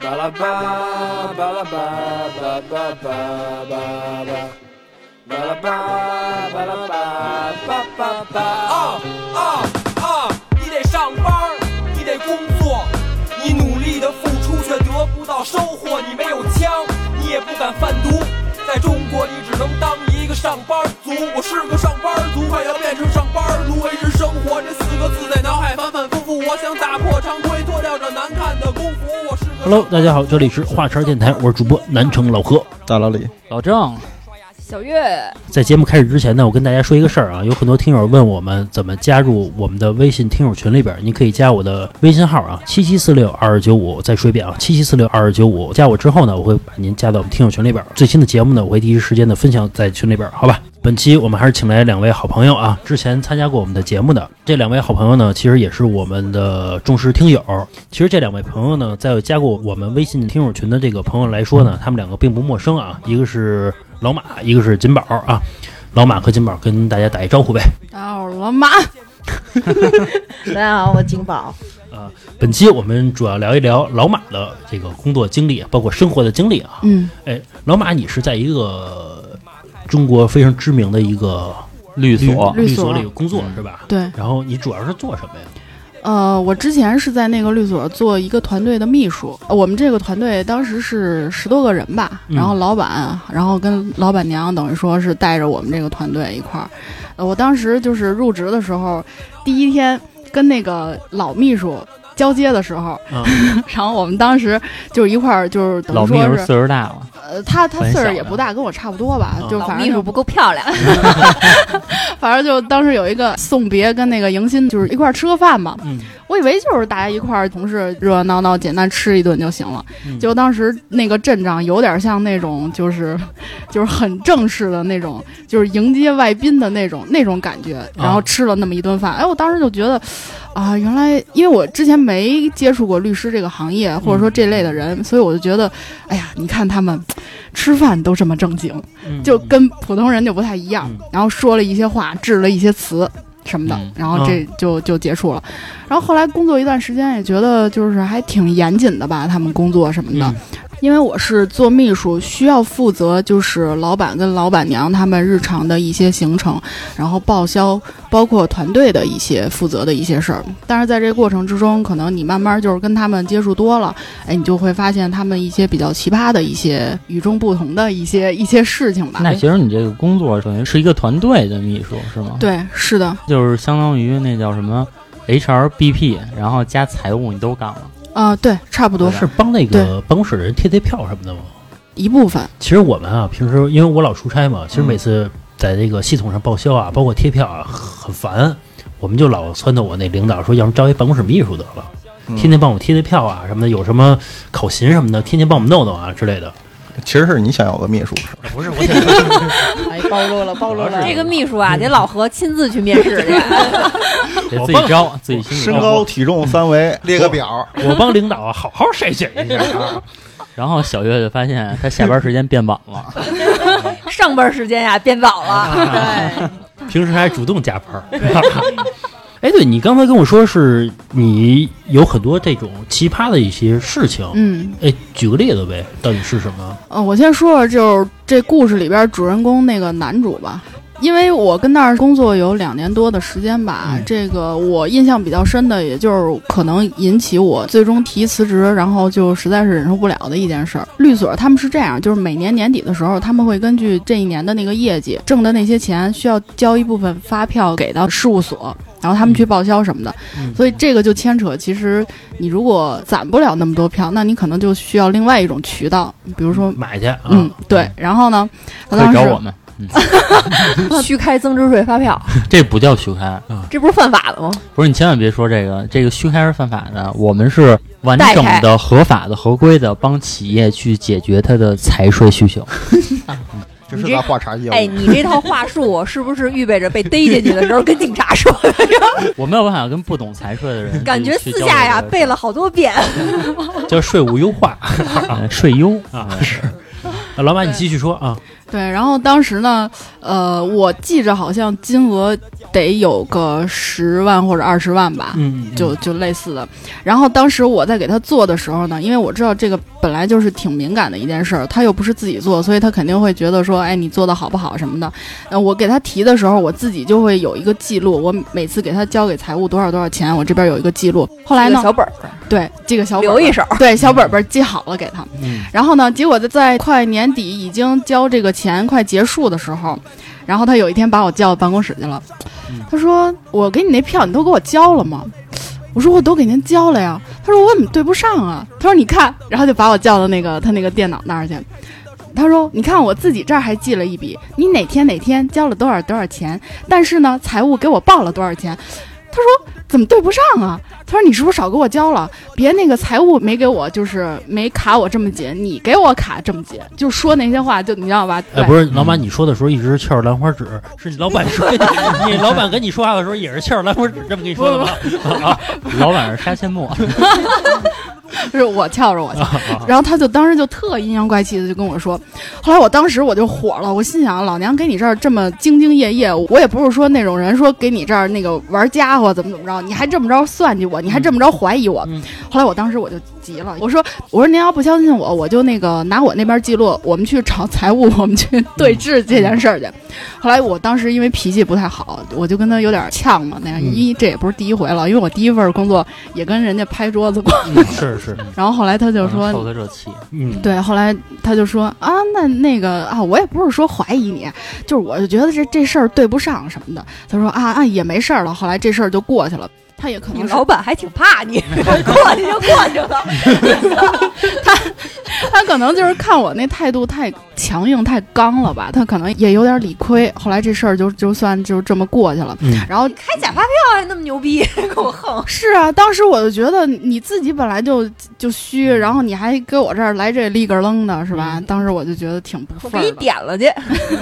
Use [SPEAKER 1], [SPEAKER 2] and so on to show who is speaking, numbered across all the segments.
[SPEAKER 1] 巴拉巴巴拉巴巴巴巴巴巴，巴拉巴巴拉巴巴巴巴。啊啊啊！你得上班儿，你得工作，你努力的付出却得不到收获，你没有枪，你也不敢贩毒。在中国，你只能当一个上班族。我是个上班族，快要变成上班奴，维持生活这四个字在脑海反反复复。我想打破常规，脱掉这难看的工服。我是个
[SPEAKER 2] Hello，大家好，这里是华晨电台，我是主播南城老何。
[SPEAKER 3] 大老李，
[SPEAKER 2] 老郑，
[SPEAKER 4] 小月，
[SPEAKER 2] 在节目开始之前呢，我跟大家说一个事儿啊，有很多听友问我们怎么加入我们的微信听友群里边，你可以加我的微信号啊，七七四六二二九五，再说一遍啊，七七四六二二九五。加我之后呢，我会把您加到我们听友群里边，最新的节目呢，我会第一时间的分享在群里边，好吧？本期我们还是请来两位好朋友啊，之前参加过我们的节目的这两位好朋友呢，其实也是我们的忠实听友。其实这两位朋友呢，在加过我们微信听友群的这个朋友来说呢，他们两个并不陌生啊，一个是老马，一个是金宝啊。老马和金宝跟大家打一招呼呗。
[SPEAKER 4] 啊，我老马，
[SPEAKER 5] 大家好，我金宝。
[SPEAKER 2] 本期我们主要聊一聊老马的这个工作经历，包括生活的经历啊。
[SPEAKER 4] 嗯，
[SPEAKER 2] 哎，老马，你是在一个中国非常知名的一个
[SPEAKER 3] 律所
[SPEAKER 4] 律
[SPEAKER 2] 律
[SPEAKER 4] 所嗯
[SPEAKER 2] 里工作是吧？
[SPEAKER 4] 对，
[SPEAKER 2] 然后你主要是做什么呀？
[SPEAKER 4] 呃，我之前是在那个律所做一个团队的秘书，呃我们这个团队当时是十多个人吧，
[SPEAKER 2] 嗯
[SPEAKER 4] 然后老板，然后跟老板娘等于说是带着我们这个团队一块儿，呃，我当时就是入职的时候，第一天跟那个老秘书。交接的时候，
[SPEAKER 6] 嗯
[SPEAKER 2] 啊，
[SPEAKER 4] 然后我们当时就是一块儿，就是等
[SPEAKER 6] 老
[SPEAKER 4] 于
[SPEAKER 6] 秘
[SPEAKER 4] 说
[SPEAKER 6] 书
[SPEAKER 4] 是，
[SPEAKER 6] 岁数大了，
[SPEAKER 4] 呃，他他
[SPEAKER 6] 很
[SPEAKER 4] 岁数
[SPEAKER 6] 小
[SPEAKER 4] 也
[SPEAKER 6] 的嗯
[SPEAKER 4] 不大，跟我差不多吧，
[SPEAKER 2] 啊
[SPEAKER 4] 就
[SPEAKER 5] 老
[SPEAKER 4] 反正
[SPEAKER 5] 秘
[SPEAKER 4] 就
[SPEAKER 5] 书不够漂亮，
[SPEAKER 4] 反正就当时有一个送别，跟那个迎新就是一块儿吃个饭嘛。
[SPEAKER 2] 嗯，
[SPEAKER 4] 我以为就是大家一块儿同事热热闹闹，简单吃一顿就行了。
[SPEAKER 2] 嗯
[SPEAKER 4] 结果当时那个阵仗有点像那种就是 就是很正式的那种，就是迎接外宾的那种那种感觉。然后吃了那么一顿饭，哎，我当时就觉得啊、原来因为我之前没接触过律师这个行业，或者说这类的人，所以我就觉得，哎呀，你看他们吃饭都这么正经。
[SPEAKER 2] 嗯
[SPEAKER 4] 就跟普通人就不太一样
[SPEAKER 2] 嗯。
[SPEAKER 4] 然后说了一些话，致了一些词什么的
[SPEAKER 6] 嗯，
[SPEAKER 4] 然后这就就结束了。然后后来工作一段时间，也觉得就是还挺严谨的吧，他们工作什么的
[SPEAKER 2] 嗯。
[SPEAKER 4] 因为我是做秘书，需要负责就是老板跟老板娘他们日常的一些行程，然后报销，包括团队的一些负责的一些事儿。但是在这个过程之中，可能你慢慢就是跟他们接触多了，哎，你就会发现他们一些比较奇葩的一些与众不同的一些一些事情吧。
[SPEAKER 6] 那其实你这个工作等于是一个团队的秘书是吗？，
[SPEAKER 4] 对，是的，
[SPEAKER 6] 就是相当于那叫什么 HR、BP，然后加财务，你都干了。
[SPEAKER 4] 啊、对，差不多
[SPEAKER 2] 是帮那个办公室的人贴贴票什么的吗？
[SPEAKER 4] 一部分。
[SPEAKER 2] 其实我们啊，平时因为我老出差嘛，其实
[SPEAKER 3] 嗯
[SPEAKER 2] 每次在这个系统上报销
[SPEAKER 4] 嗯
[SPEAKER 2] 啊，包括贴票啊，很烦。我们就老撺掇我那领导说，要不招一办公室秘书得了，
[SPEAKER 4] 嗯
[SPEAKER 2] 天天帮我贴贴票啊什么的，有什么考勤什么的，天天帮我们弄弄啊之类的。
[SPEAKER 3] 其实是你想要的秘书，是吧
[SPEAKER 2] 不 是，我想
[SPEAKER 5] 哎，暴露了，暴露了。
[SPEAKER 2] 这
[SPEAKER 5] 这
[SPEAKER 2] 个
[SPEAKER 5] 个
[SPEAKER 2] 秘
[SPEAKER 5] 秘
[SPEAKER 2] 书
[SPEAKER 5] 书
[SPEAKER 2] 啊
[SPEAKER 6] 嗯
[SPEAKER 5] 啊，
[SPEAKER 2] 得
[SPEAKER 5] 得老何亲自去面试去。
[SPEAKER 6] 得
[SPEAKER 2] 我
[SPEAKER 6] 自
[SPEAKER 2] 帮
[SPEAKER 6] 己招，自己心里
[SPEAKER 3] 身
[SPEAKER 6] 招
[SPEAKER 3] 高、体重、三围，
[SPEAKER 7] 嗯列个表，
[SPEAKER 2] 我帮领导啊好好筛选一下啊。
[SPEAKER 6] 然后小月就发现她下班时间变晚了，
[SPEAKER 5] 上班时间呀，变早
[SPEAKER 6] 啊
[SPEAKER 5] 了。
[SPEAKER 2] 平时还主动加班。 哎，对你刚才跟我说是你有很多这种奇葩的一些事情，
[SPEAKER 4] 嗯，
[SPEAKER 2] 哎，举个例子呗，到底是什么？
[SPEAKER 4] 呃，我先说说就是这故事里边主人公那个男主吧。因为我跟那儿工作有两年多的时间吧，
[SPEAKER 2] 嗯
[SPEAKER 4] 这个我印象比较深的，也就是可能引起我最终提辞职，然后就实在是忍受不了的一件事儿。律所他们是这样，就是每年年底的时候，他们会根据这一年的那个业绩挣的那些钱，需要交一部分发票给到事务所，然后他们去报销什么的。
[SPEAKER 2] 嗯
[SPEAKER 4] 所以这个就牵扯，其实你如果攒不了那么多票，那你可能就需要另外一种渠道，比如说，
[SPEAKER 2] 买去啊？
[SPEAKER 4] 嗯，对。然后呢，他
[SPEAKER 6] 可
[SPEAKER 4] 当
[SPEAKER 6] 以
[SPEAKER 4] 时
[SPEAKER 6] 找我们。
[SPEAKER 5] 虚开增值税发票，
[SPEAKER 6] 这不叫虚开，
[SPEAKER 5] 这不是犯法的吗？
[SPEAKER 6] 不是你千万别说这个，这个虚开是犯法的。我们是完
[SPEAKER 5] 代
[SPEAKER 6] 整
[SPEAKER 5] 开
[SPEAKER 6] 的、合法的、合规的，帮企业去解决它的财税需求。
[SPEAKER 7] 这是在话茬业务。
[SPEAKER 5] 哎，你这套话术是不是预备着被逮进去的时候跟警察 说？
[SPEAKER 6] 我没有办法跟不懂财税的人去，
[SPEAKER 5] 感觉
[SPEAKER 6] 去
[SPEAKER 5] 私
[SPEAKER 6] 交
[SPEAKER 5] 下
[SPEAKER 6] 流
[SPEAKER 5] 呀
[SPEAKER 6] 这个
[SPEAKER 5] 背了好多遍。
[SPEAKER 2] 叫税务优化
[SPEAKER 6] 呃税优
[SPEAKER 2] 呃啊。是，老板你继续说啊。
[SPEAKER 4] 对，然后当时呢，呃，我记着好像金额得有个十万或者二十万吧，
[SPEAKER 2] 嗯，嗯
[SPEAKER 4] 就就类似的。然后当时我在给他做的时候呢，因为我知道这个本来就是挺敏感的一件事儿，他又不是自己做，所以他肯定会觉得说，哎，你做的好不好什么的。呃，我给他提的时候，我自己就会有一个记录，我每次给他交给财务多少多少钱，我这边有一个记录。后来
[SPEAKER 5] 一个
[SPEAKER 4] 呢，
[SPEAKER 5] 小本儿
[SPEAKER 4] 对这个小本
[SPEAKER 5] 留
[SPEAKER 4] 本
[SPEAKER 5] 一手，
[SPEAKER 4] 对小本本记好了给他。
[SPEAKER 6] 嗯
[SPEAKER 4] 然后呢，结果在在快年底已经交这个钱快结束的时候，然后他有一天把我叫到办公室去了，他说：“我给你那票你都给我交了吗？”我说：“我都给您交了呀。”他说：“我怎么对不上啊？”他说：“你看。”然后就把我叫到那个他那个电脑那儿去。他说：“你看，我自己这儿还记了一笔，你哪天哪天交了多少多少钱，但是呢，财务给我报了多少钱。”他说：“怎么对不上啊？”他说：“你是不是少给我交了？别那个财务没给我，就是没卡我这么紧，你给我卡这么紧，就说那些话，就你知道吧？”
[SPEAKER 2] 哎，
[SPEAKER 4] 对
[SPEAKER 2] 不是，老板，你说的时候一直是翘着兰花指，是你老板说你，你 老板跟你说话的时候也是翘着兰花指这么跟你说的吗？啊
[SPEAKER 6] 老板是杀阡陌，
[SPEAKER 4] 就是我翘着我翘着， 然后他就当时就特阴阳怪气的就跟我说，后来我当时我就火了，我心想老娘给你这儿这么兢兢业业，我也不是说那种人说给你这儿那个玩家伙怎么怎么着，你还这么着算计我，你还这么着怀疑我
[SPEAKER 6] 嗯，
[SPEAKER 4] 后来我当时我就急了，我说我说您要不相信我，我就那个拿我那边记录，我们去找财务，我们
[SPEAKER 6] 嗯
[SPEAKER 4] 去对峙这件事儿去。后来我当时因为脾气不太好，我就跟他有点呛嘛，那样
[SPEAKER 2] 嗯
[SPEAKER 4] 一这也不是第一回了，因为我第一份工作也跟人家拍桌子过，
[SPEAKER 2] 嗯是是，
[SPEAKER 4] 然后后来他就说
[SPEAKER 6] 能受啊他这气，
[SPEAKER 2] 嗯，
[SPEAKER 4] 对，后来他就说啊，那那个啊，我也不是说怀疑你，就是我就觉得这这事儿对不上什么的。他说啊啊，也没事儿了。后来这事儿就过去了。他也可
[SPEAKER 5] 你
[SPEAKER 4] 能是
[SPEAKER 5] 老板还挺怕 你，过去就过去了。
[SPEAKER 4] 他可能就是看我那态度太强硬、太刚了吧，他可能也有点理亏。后来这事儿就就算就这么过去了。
[SPEAKER 2] 嗯
[SPEAKER 4] 然后
[SPEAKER 5] 你开假发票还那么牛逼， 跟我横。
[SPEAKER 4] 是啊，当时我就觉得你自己本来就就虚，然后你还给我这儿来这里个楞的是吧？当时我就觉得挺不
[SPEAKER 5] 嗯我
[SPEAKER 4] 忿儿
[SPEAKER 5] 给你
[SPEAKER 4] 的。
[SPEAKER 5] 点了去，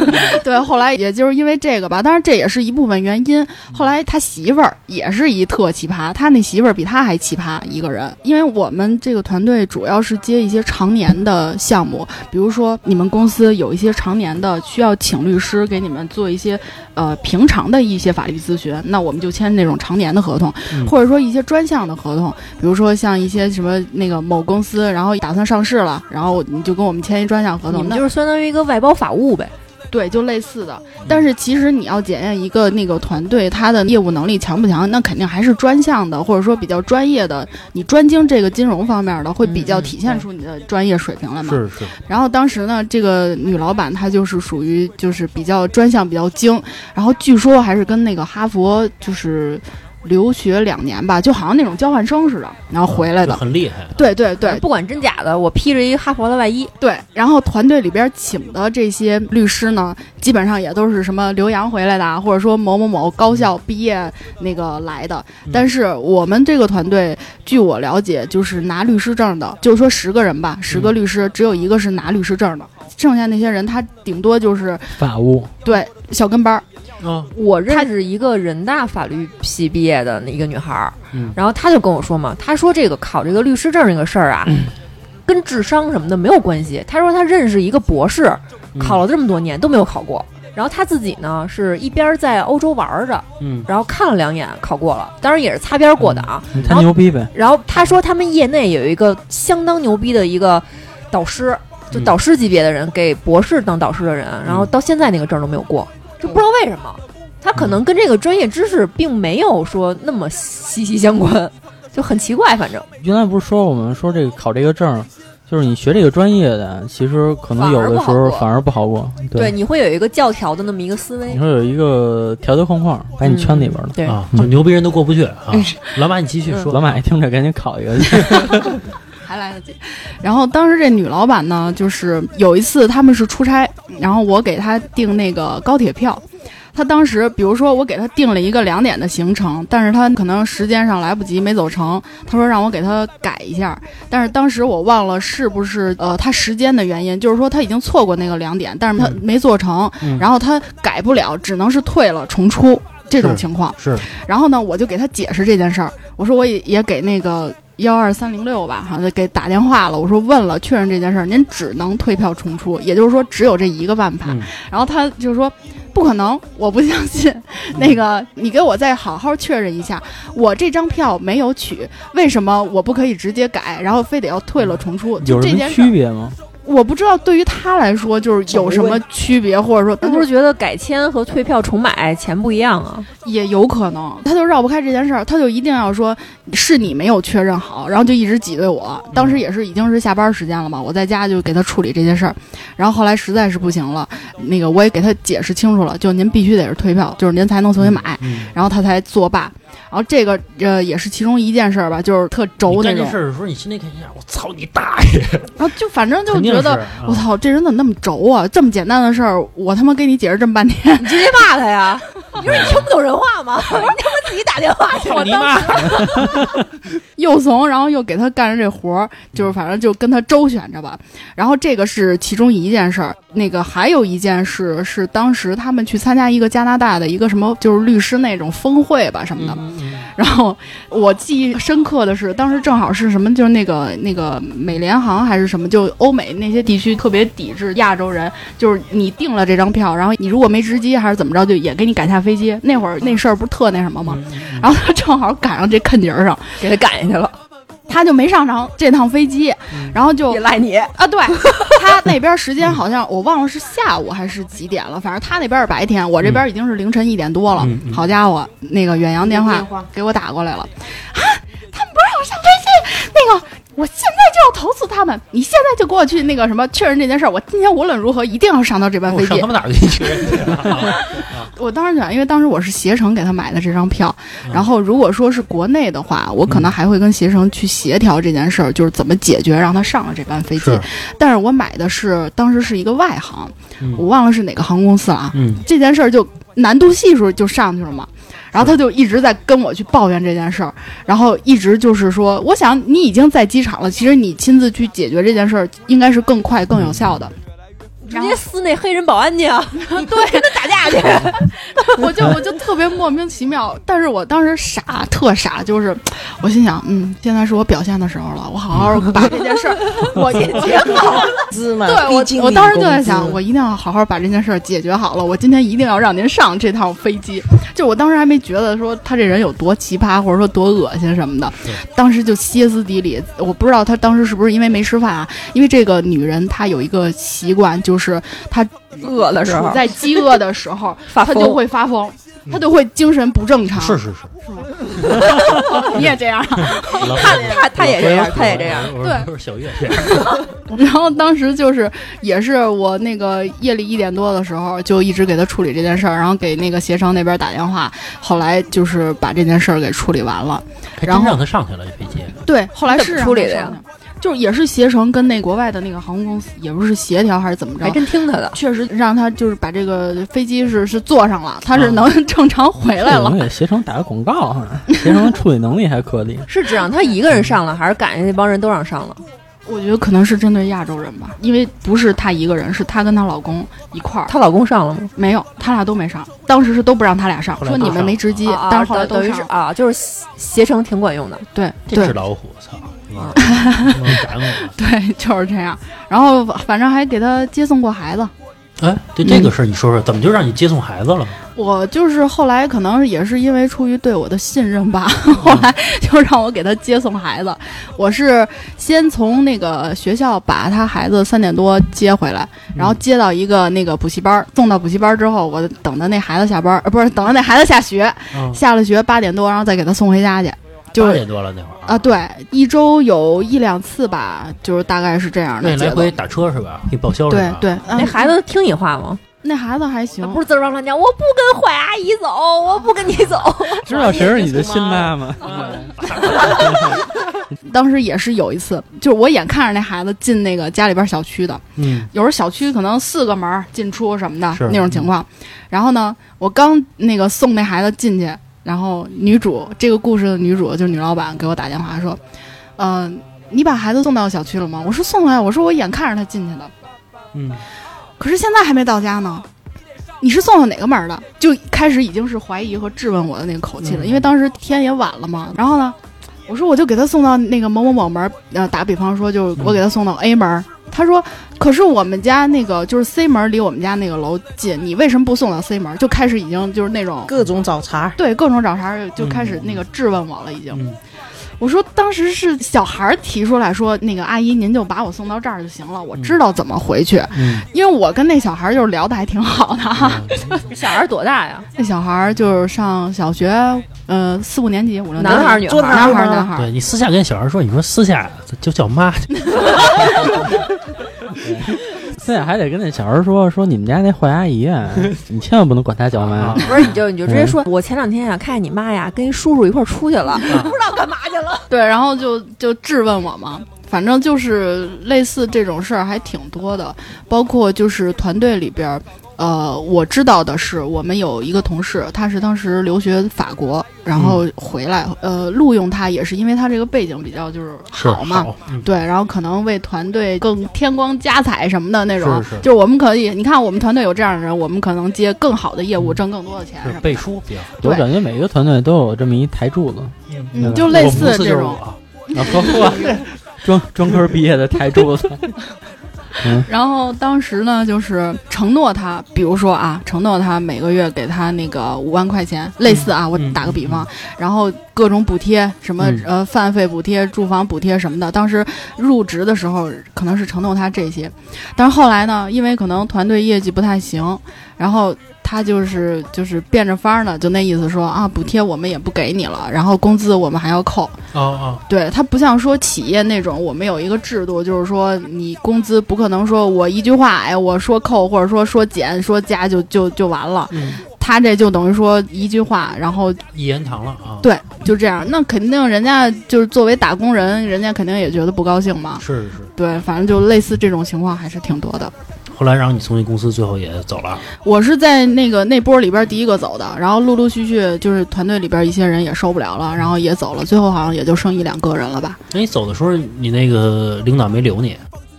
[SPEAKER 4] 对，后来也就是因为这个吧，当然这也是一部分原因。后来他媳妇儿也是一特奇葩，他那媳妇儿比他还奇葩一个人。因为我们这个团队主要是接一些常年的项目，比如说你们公司有一些常年的需要请律师给你们做一些呃平常的一些法律咨询，那我们就签那种常年的合同，
[SPEAKER 2] 嗯
[SPEAKER 4] 或者说一些专项的合同，比如说像一些什么那个某公司，然后打算上市了，然后你就跟我们签一专项合
[SPEAKER 5] 你
[SPEAKER 4] 同，
[SPEAKER 5] 们
[SPEAKER 4] 那
[SPEAKER 5] 就是相当于一个外包法务呗。
[SPEAKER 4] 对，就类似的。但是其实你要检验一个那个团队他的业务能力强不强，那肯定还是专项的，或者说比较专业的，你专精这个金融方面的，会比较
[SPEAKER 6] 嗯嗯
[SPEAKER 4] 体现
[SPEAKER 6] 对
[SPEAKER 4] 出你的专业水平来嘛。
[SPEAKER 2] 是是，
[SPEAKER 4] 然后当时呢，这个女老板她就是属于就是比较专项比较精，然后据说还是跟那个哈佛就是留学两年吧，就好像那种交换生似的，然后回来
[SPEAKER 2] 就
[SPEAKER 4] 的。
[SPEAKER 2] 很厉害。
[SPEAKER 4] 对对对，
[SPEAKER 5] 不管真假的，我披着一哈佛的外衣，
[SPEAKER 4] 对，然后团队里边请的这些律师呢，基本上也都是什么留洋回来的啊，或者说某某某高校毕业那个来的。但是我们这个团队，据我了解，就是拿律师证的，就是说十个人吧，十个律师只有一个是拿律师证的，剩下那些人他顶多就是
[SPEAKER 6] 法务
[SPEAKER 4] 对小跟班儿。
[SPEAKER 2] 啊，
[SPEAKER 5] 我认识一个人大法律系毕业的一个女孩儿，
[SPEAKER 6] 嗯
[SPEAKER 5] 然后她就跟我说嘛，她说这个考这个律师证这个事儿啊，跟智商什么的没有关系。她说她认识一个博士，
[SPEAKER 6] 嗯
[SPEAKER 5] 考了这么多年都没有考过。然后她自己呢，是一边在欧洲玩儿着，
[SPEAKER 6] 嗯，
[SPEAKER 5] 然后看了两眼考过了，当然也是擦边过的啊。
[SPEAKER 6] 他牛逼呗，
[SPEAKER 5] 然后她说他们业内有一个相当牛逼的一个导师，就
[SPEAKER 6] 嗯
[SPEAKER 5] 导师级别的人给博士当导师的人，然后到现在那个证都没有过，就不知道为什么。他可能跟这个专业知识并没有说那么息息相关， 就很奇怪。反正
[SPEAKER 6] 原来不是说我们说这个考这个证儿，就是你学这个专业的，其实可能有的时候
[SPEAKER 5] 反
[SPEAKER 6] 反而不好过。对，
[SPEAKER 5] 对，你会有一个教条的那么一个思维嗯
[SPEAKER 6] 你。说有一个条条框框把你圈里边了。
[SPEAKER 5] 对，
[SPEAKER 2] 啊，就牛逼人都过不去啊！老板，你继续说。
[SPEAKER 6] 老马一听这，赶紧考一个。
[SPEAKER 4] 还来得及。然后当时这女老板呢，就是有一次他们是出差，然后我给她订那个高铁票。她当时，比如说我给她定了一个两点的行程，但是她可能时间上来不及没走成，她说让我给她改一下。但是当时我忘了是不是呃她时间的原因，就是说她已经错过那个两点，但是她
[SPEAKER 6] 嗯
[SPEAKER 4] 没做成，
[SPEAKER 6] 嗯
[SPEAKER 4] 然后她改不了，只能是退了重出这种
[SPEAKER 2] 是
[SPEAKER 4] 情况。
[SPEAKER 2] 是，
[SPEAKER 4] 然后呢，我就给他解释这件事儿，我说我也也给那个。幺二三零六吧，好像给打电话了。我说问了，确认这件事儿，您只能退票重出，也就是说只有这一个办法。
[SPEAKER 2] 嗯
[SPEAKER 4] 然后他就说。不可能，我不相信。那
[SPEAKER 6] 嗯
[SPEAKER 4] 个，你给我再好好确认一下，我这张票没有取，为什么我不可以直接改，然后非得要退了重出？就
[SPEAKER 6] 有
[SPEAKER 4] 这
[SPEAKER 6] 什么
[SPEAKER 4] 件事儿
[SPEAKER 6] 区，别吗？
[SPEAKER 4] 我不知道对于他来说就是有什么区别，或者说
[SPEAKER 5] 他
[SPEAKER 4] 他
[SPEAKER 5] 不
[SPEAKER 4] 就是
[SPEAKER 5] 觉得改签和退票重买钱不一样 啊？
[SPEAKER 4] 也有可能，他就绕不开这件事儿，他就一定要说是你没有确认好，然后就一直挤兑我。
[SPEAKER 2] 嗯
[SPEAKER 4] 当时也是已经是下班时间了嘛，我在家就给他处理这些事儿，然后后来实在是不行了，那个我也给他解释清楚了，就您必须得是退票，就是您才能重新买，
[SPEAKER 2] 嗯
[SPEAKER 4] 然后他才作罢。然后这个呃也是其中一件事儿吧，就是特轴
[SPEAKER 2] 你
[SPEAKER 4] 那
[SPEAKER 2] 干这
[SPEAKER 4] 种
[SPEAKER 2] 事，儿的时候，你心里肯定想：我操你大爷！
[SPEAKER 4] 然后就反正就
[SPEAKER 2] 肯定
[SPEAKER 4] 觉
[SPEAKER 2] 是
[SPEAKER 4] 得。
[SPEAKER 2] 啊
[SPEAKER 4] 我操，这人怎么那么轴啊？这么简单的事儿，我他妈给你解释这么半天，
[SPEAKER 5] 你直接骂他呀！你说你听不懂人话吗？ 我说你他妈自己打电话去，
[SPEAKER 2] 操
[SPEAKER 5] 我
[SPEAKER 2] 你
[SPEAKER 5] 当
[SPEAKER 2] 妈！
[SPEAKER 4] 又怂，然后又给他干着这活儿，就是反正就跟他周旋着吧。然后这个是其中一件事儿，那个还有一件事是当时他们去参加一个加拿大的一个什么，就是律师那种峰会吧什么的。然后我记忆深刻的是，当时正好是什么，就是那个那个美联航还是什么，就欧美那些地区特别抵制亚洲人，就是你订了这张票，然后你如果没直机还是怎么着，就也给你赶下飞机。那会儿那事儿不是特那什么吗？然后他正好赶上这坎节儿上。
[SPEAKER 5] 给他赶下去了，
[SPEAKER 4] 他就没上上这趟飞机，
[SPEAKER 2] 嗯
[SPEAKER 4] 然后就
[SPEAKER 5] 也赖你。
[SPEAKER 4] 啊，对 他那边时间好像我忘了是下午还是几点了，反正他那边是白天，我这边已经是凌晨一点多了。
[SPEAKER 2] 嗯嗯
[SPEAKER 4] 好家伙，那个远洋电话给我打过来了，啊，他们不让我上飞机，那个。我现在就要投诉他们！你现在就给我去那个什么确认这件事儿，我今天无论如何一定要上到这班
[SPEAKER 2] 我
[SPEAKER 4] 飞
[SPEAKER 2] 哦上
[SPEAKER 4] 机
[SPEAKER 2] 他。们哪儿去去？
[SPEAKER 4] 我当时想，因为当时我是携程给他买的这张票，
[SPEAKER 2] 嗯
[SPEAKER 4] 然后如果说是国内的话，我可能还会跟携程去协调这件事儿，就是怎么解决让他上了这班飞机
[SPEAKER 2] 是。
[SPEAKER 4] 但是我买的是当时是一个外航，
[SPEAKER 2] 嗯
[SPEAKER 4] 我忘了是哪个航空公司了啊。
[SPEAKER 2] 嗯，
[SPEAKER 4] 这件事儿就难度系数就上去了嘛。然后他就一直在跟我去抱怨这件事儿，然后一直就是说，我想你已经在机场了，其实你亲自去解决这件事儿，应该是更快更有
[SPEAKER 2] 嗯
[SPEAKER 4] 效的。
[SPEAKER 5] 直接撕那黑人保安去啊！对，跟他打架去。
[SPEAKER 4] 我就我就特别莫名其妙，但是我当时傻，特傻，就是我心想，嗯，现在是我表现的时候了，我好好把这件事儿，我解决好。
[SPEAKER 8] 资嘛，
[SPEAKER 4] 对
[SPEAKER 8] 必经
[SPEAKER 4] 我，我
[SPEAKER 8] 理
[SPEAKER 4] 当时就在
[SPEAKER 8] 工资
[SPEAKER 4] 想，我一定要好好把这件事儿解决好了，我今天一定要让您上这趟飞机。就我当时还没觉得说他这人有多奇葩，或者说多恶心什么的，当时就歇斯底里。我不知道他当时是不是因为没吃饭啊？因为这个女人她有一个习惯，就是
[SPEAKER 5] 饿的时
[SPEAKER 4] 处
[SPEAKER 5] 候
[SPEAKER 4] 在饥饿的时候，
[SPEAKER 5] 发
[SPEAKER 4] 他
[SPEAKER 5] 疯，嗯
[SPEAKER 4] 就会发疯，他就会精神不正常。
[SPEAKER 2] 是是是，
[SPEAKER 4] 你也这样。
[SPEAKER 5] 他他他也这样，他也这样。
[SPEAKER 2] 我
[SPEAKER 4] 对
[SPEAKER 2] 说。我说小月，
[SPEAKER 4] 然后当时就是也是我那个夜里一点多的时候，就一直给他处理这件事儿，然后给那个携程那边打电话，后来就是把这件事儿给处理完了。
[SPEAKER 2] 还
[SPEAKER 4] 然
[SPEAKER 2] 真
[SPEAKER 4] 后
[SPEAKER 2] 让他上去了，这飞机。
[SPEAKER 4] 对，后来
[SPEAKER 5] 你怎
[SPEAKER 4] 是
[SPEAKER 5] 么
[SPEAKER 4] 让
[SPEAKER 5] 处
[SPEAKER 4] 他
[SPEAKER 5] 理的呀
[SPEAKER 4] 上去？就是也是携程跟那国外的那个航空公司，也不是协调还是怎么着
[SPEAKER 5] 还，真听他的，
[SPEAKER 4] 确实让他就是把这个飞机是是坐上了，他是能 正常回来
[SPEAKER 6] 这
[SPEAKER 4] 了
[SPEAKER 6] 我。给携程打个广告，好像携程处理能力还可以。
[SPEAKER 5] 是只让他一个人上了，还是赶上那帮人都让上了？
[SPEAKER 4] 我觉得可能是针对亚洲人吧，因为不是她一个人，是她跟她老公一块儿。
[SPEAKER 5] 她老公上了吗？
[SPEAKER 4] 没有，他俩都没上，当时是都不让他俩上，
[SPEAKER 2] 后来
[SPEAKER 4] 说
[SPEAKER 2] 都
[SPEAKER 4] 你们
[SPEAKER 2] 上
[SPEAKER 4] 没
[SPEAKER 2] 了
[SPEAKER 4] 值机，
[SPEAKER 5] 啊
[SPEAKER 4] 但是哦后来都
[SPEAKER 5] 等等于
[SPEAKER 4] 上
[SPEAKER 5] 是
[SPEAKER 4] 了。
[SPEAKER 5] 啊，就是携携程挺管用的。
[SPEAKER 4] 对
[SPEAKER 2] 这只
[SPEAKER 4] 对
[SPEAKER 2] 老虎，操！
[SPEAKER 5] 啊
[SPEAKER 2] 能赶我！
[SPEAKER 4] 对，就是这样。然后反正还给他接送过孩子。
[SPEAKER 2] 哎，对这个事儿，你说说，怎么就让你接送孩子了？
[SPEAKER 4] 我就是后来可能也是因为出于对我的信任吧， 后来就让我给他接送孩子。我是先从那个学校把他孩子三点多接回来，然
[SPEAKER 2] 嗯
[SPEAKER 4] 后接到一个那个补习班儿，送到补习班儿之后，我等着那孩子下班儿，呃，不是等着那孩子下学，
[SPEAKER 2] 嗯，
[SPEAKER 4] 下了学八点多，然后再给他送回家去。就
[SPEAKER 2] 八
[SPEAKER 4] 是
[SPEAKER 2] 点多了那会儿
[SPEAKER 4] 啊，，对，一周有一两次吧，就是大概是这样
[SPEAKER 2] 那
[SPEAKER 4] 的节
[SPEAKER 2] 来
[SPEAKER 4] 奏。
[SPEAKER 2] 回打车是吧？给你报销是
[SPEAKER 4] 对
[SPEAKER 2] 吧？
[SPEAKER 4] 对，
[SPEAKER 5] 那
[SPEAKER 4] 嗯
[SPEAKER 5] 孩子听你话吗？
[SPEAKER 4] 那孩子还行，
[SPEAKER 5] 不是滋儿乱乱讲，我不跟坏阿姨走，我不跟你走。
[SPEAKER 6] 知道谁是你的亲妈吗？
[SPEAKER 4] 当时也是有一次，就是我眼看着那孩子进那个家里边小区的，
[SPEAKER 2] 嗯，
[SPEAKER 4] 有时候小区可能四个门儿进出什么的
[SPEAKER 2] 是
[SPEAKER 4] 那种情况。然后呢，我刚那个送那孩子进去，然后女主这个故事的女主就是女老板给我打电话说，嗯、你把孩子送到小区了吗？我说送啊了呀，我说我眼看着他进去的，
[SPEAKER 2] 嗯，
[SPEAKER 4] 可是现在还没到家呢。你是送到哪个门儿的？就开始已经是怀疑和质问我的那个口气了，
[SPEAKER 2] 嗯
[SPEAKER 4] 因为当时天也晚了嘛。然后呢，我说我就给他送到那个某某某门儿，呃，打比方说，就是我给他送到 A 门儿。他说：“可是我们家那个就是 C 门儿离我们家那个楼近，你为什么不送到 C 门儿？”就开始已经就是那种
[SPEAKER 8] 各种找茬儿。
[SPEAKER 4] 对各种找茬儿，就开始那个质问我了，已经。
[SPEAKER 2] 嗯
[SPEAKER 4] 我说当时是小孩儿提出来说，那个阿姨您就把我送到这儿就行了，我知道怎么回去，
[SPEAKER 6] 嗯，
[SPEAKER 4] 因为我跟那小孩儿就是聊的还挺好的哈、
[SPEAKER 5] 小孩多大呀？
[SPEAKER 4] 那小孩儿就是上小学，呃，四五年级，五六年级
[SPEAKER 5] 男孩儿女孩
[SPEAKER 8] 坐
[SPEAKER 5] 儿？
[SPEAKER 8] 那
[SPEAKER 4] 男孩儿
[SPEAKER 8] 吗
[SPEAKER 4] 男孩儿
[SPEAKER 2] 对你私下跟小孩说，你说私下就叫妈，
[SPEAKER 6] 现在还得跟那小孩说说你们家那坏阿姨啊，你千万不能管她叫妈。
[SPEAKER 5] 不是，你就你就直接说，我前两天呀、看见你妈呀跟一叔叔一块儿出去了， 不知道干嘛去了。
[SPEAKER 4] 对，然后就就质问我嘛，反正就是类似这种事儿还挺多的，包括就是团队里边儿，呃，我知道的是，我们有一个同事，他是当时留学法国，然后
[SPEAKER 2] 嗯
[SPEAKER 4] 回来，呃，录用他也是因为他这个背景比较就是好嘛，
[SPEAKER 2] 嗯
[SPEAKER 4] 对，然后可能为团队更添光加彩什么的那种，
[SPEAKER 2] 是是
[SPEAKER 4] 就是我们可以，你看我们团队有这样的人，我们可能接更好的业务，挣更多的钱
[SPEAKER 2] 嗯是
[SPEAKER 4] 什么的，
[SPEAKER 2] 背书比较好，
[SPEAKER 6] 我感觉每个团队都有这么一台柱子，
[SPEAKER 4] 嗯，就类似这种。
[SPEAKER 6] 啊，呵呵，专专科毕业的台柱子，
[SPEAKER 4] 然后当时呢，就是承诺他，比如说啊，承诺他每个月给他那个五万块钱，类似啊，我打个比方，然后各种补贴，什么、
[SPEAKER 6] 嗯
[SPEAKER 4] 呃饭费补贴、住房补贴什么的。当时入职的时候可能是承诺他这些，但是后来呢，因为可能团队业绩不太行，然后。他就是就是变着法儿呢，就那意思说啊，补贴我们也不给你了，然后工资我们还要扣，
[SPEAKER 2] 哦哦，
[SPEAKER 4] 对，它不像说企业那种，我们有一个制度，就是说你工资不可能说我一句话，哎，我说扣或者说说减说加就就就完了。
[SPEAKER 2] 嗯
[SPEAKER 4] 他这就等于说一句话，然后
[SPEAKER 2] 一言堂了啊，
[SPEAKER 4] 对，就这样。那肯定人家就是作为打工人，人家肯定也觉得不高兴嘛。
[SPEAKER 2] 是是是。
[SPEAKER 4] 对，反正就类似这种情况还是挺多的。
[SPEAKER 2] 后来，然后你从那公司最后也走了，
[SPEAKER 4] 我是在那个那波里边第一个走的，然后陆陆续续就是团队里边一些人也受不了了，然后也走了，最后好像也就剩一两个人了吧。
[SPEAKER 2] 那哎你走的时候，你那个领导没留你，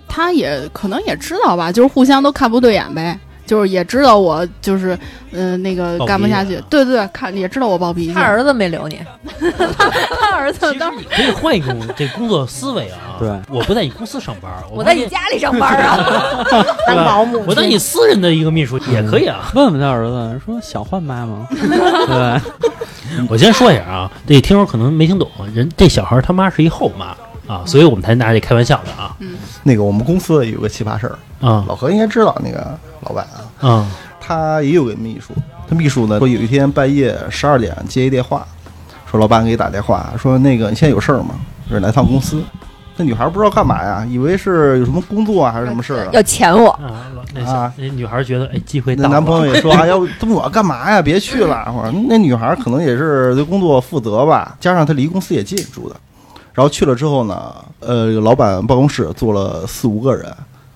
[SPEAKER 4] 他也可能也知道吧，就是互相都看不对眼呗，就是也知道我就是嗯、呃那个
[SPEAKER 2] 暴脾气
[SPEAKER 4] 干不下去
[SPEAKER 2] 啊，
[SPEAKER 4] 对对，对看也知道我暴脾气
[SPEAKER 5] 他。儿子没留你， 他儿子
[SPEAKER 2] 其实你可以换一种这工作思维啊。
[SPEAKER 6] 对，
[SPEAKER 2] 我不在你公司上班，
[SPEAKER 5] 我
[SPEAKER 2] 不在
[SPEAKER 5] 在你家里上班啊，
[SPEAKER 8] 当保姆去，
[SPEAKER 2] 我当你私人的一个秘书
[SPEAKER 3] 嗯
[SPEAKER 2] 也可以啊。
[SPEAKER 6] 问问他儿子说想换妈吗？ 对，
[SPEAKER 2] 我先说一下啊，这听友可能没听懂，人这小孩他妈是一后妈啊，所以我们才拿这开玩笑的啊。
[SPEAKER 3] 那个我们公司有个奇葩事儿，
[SPEAKER 5] 嗯
[SPEAKER 2] 啊
[SPEAKER 3] 老何应该知道那个老板啊，
[SPEAKER 2] 啊
[SPEAKER 3] 他也有个秘书，他秘书呢说有一天半夜十二点接一电话，说老板给你打电话，说那个你现在有事儿吗？说来趟公司。那女孩不知道干嘛呀，以为是有什么工作啊还是什么事儿啊？
[SPEAKER 5] 要钱我。
[SPEAKER 2] 啊！老那小那女孩觉得哎，机会
[SPEAKER 3] 那
[SPEAKER 2] 到
[SPEAKER 3] 男朋
[SPEAKER 2] 了，
[SPEAKER 3] 友也 说啊，要不这么我干嘛呀？别去了。我说那女孩可能也是对工作负责吧，加上她离公司也近住的。然后去了之后呢，呃，老板办公室坐了四五个人，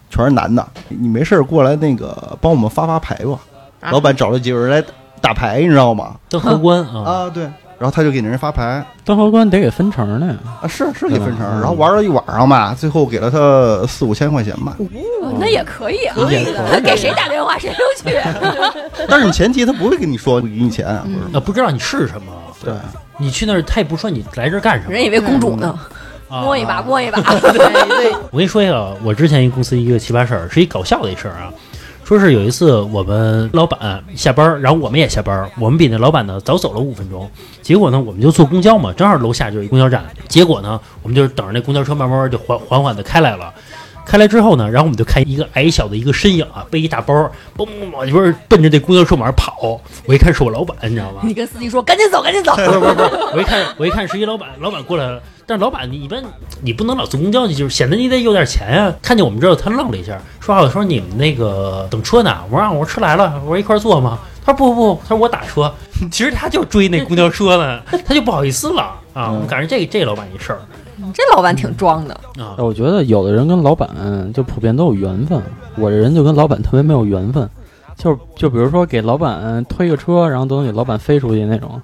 [SPEAKER 3] 全是男的。你没事儿过来那个帮我们发发牌吧。
[SPEAKER 8] 啊
[SPEAKER 3] 老板找了几个人来打牌，你知道吗？
[SPEAKER 2] 当荷官啊，
[SPEAKER 3] 啊，对。然后他就给人家发牌
[SPEAKER 6] 当荷官得给分成呢。
[SPEAKER 3] 啊，是是给分成，
[SPEAKER 6] 嗯
[SPEAKER 3] 然后玩了一晚上吧，最后给了他四五千块钱吧。
[SPEAKER 5] 那也可以啊，
[SPEAKER 6] 也可以
[SPEAKER 5] 给谁打电话谁都 去。
[SPEAKER 3] 但是前提他不会跟你说给你钱啊，或者什么
[SPEAKER 2] 呃，不知道你是什么，啊
[SPEAKER 3] 对，
[SPEAKER 2] 你去那儿他也不说你来这儿干什么，
[SPEAKER 5] 人以为公主呢，
[SPEAKER 2] 啊
[SPEAKER 5] 摸一把摸 一把。
[SPEAKER 2] 我跟你说一个，我之前一公司一个奇葩事儿，是一搞笑的一事儿啊。说是有一次我们老板下班儿，然后我们也下班儿，我们比那老板呢早走了五分钟。结果呢，我们就坐公交嘛，正好楼下就是一公交站。结果呢，我们就等着那公交车慢慢就缓缓缓的开来了。开来之后呢，然后我们就看一个矮小的一个身影啊，背一大包，嘣嘣嘣，就是奔着这公交车往上跑。我一看是我老板，你知道吗？
[SPEAKER 5] 你跟司机说赶紧走，赶紧走。
[SPEAKER 2] 我一看，我一看是一老板，老板过来了。但是老板，你一般你不能老坐公交去，就是显得你得有点钱呀、看见我们之后，他愣了一下，说啊：“我说你们那个等车呢？”我说：“啊，我说车来了，我说一块儿坐吗？”他说：“不不，不，他说我打车。” 其实他就追那公交车呢， 他就不好意思了啊。我们赶上这这老板一事儿
[SPEAKER 5] 嗯这老板挺装的，
[SPEAKER 2] 啊，
[SPEAKER 6] 哎我觉得有的人跟老板就普遍都有缘分，我这人就跟老板特别没有缘分，就就比如说给老板推个车，然后都能给老板飞出去那种。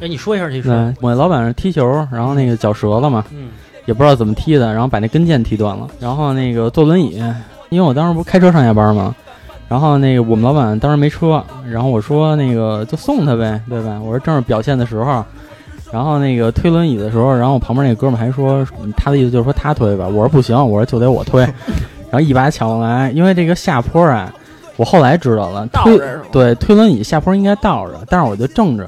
[SPEAKER 2] 哎，你说一下这事儿，
[SPEAKER 6] 对，嗯我老板是踢球，然后那个脚折了嘛，
[SPEAKER 2] 嗯
[SPEAKER 6] 也不知道怎么踢的，然后把那跟腱踢断了。然后那个坐轮椅，因为我当时不是开车上下班嘛，然后那个我们老板当时没车，然后我说那个就送他呗，对吧？我说正是表现的时候，然然后那个推轮椅的时候，然后我旁边那哥们儿还说，嗯他的意思就是说他推吧，我说不行，我说就得我 推，然后一把抢过来，因为这个下坡啊，我后来知道了，
[SPEAKER 5] 倒
[SPEAKER 6] 推
[SPEAKER 5] 着是吗
[SPEAKER 6] 对推轮椅下坡应该倒着，但是我就正着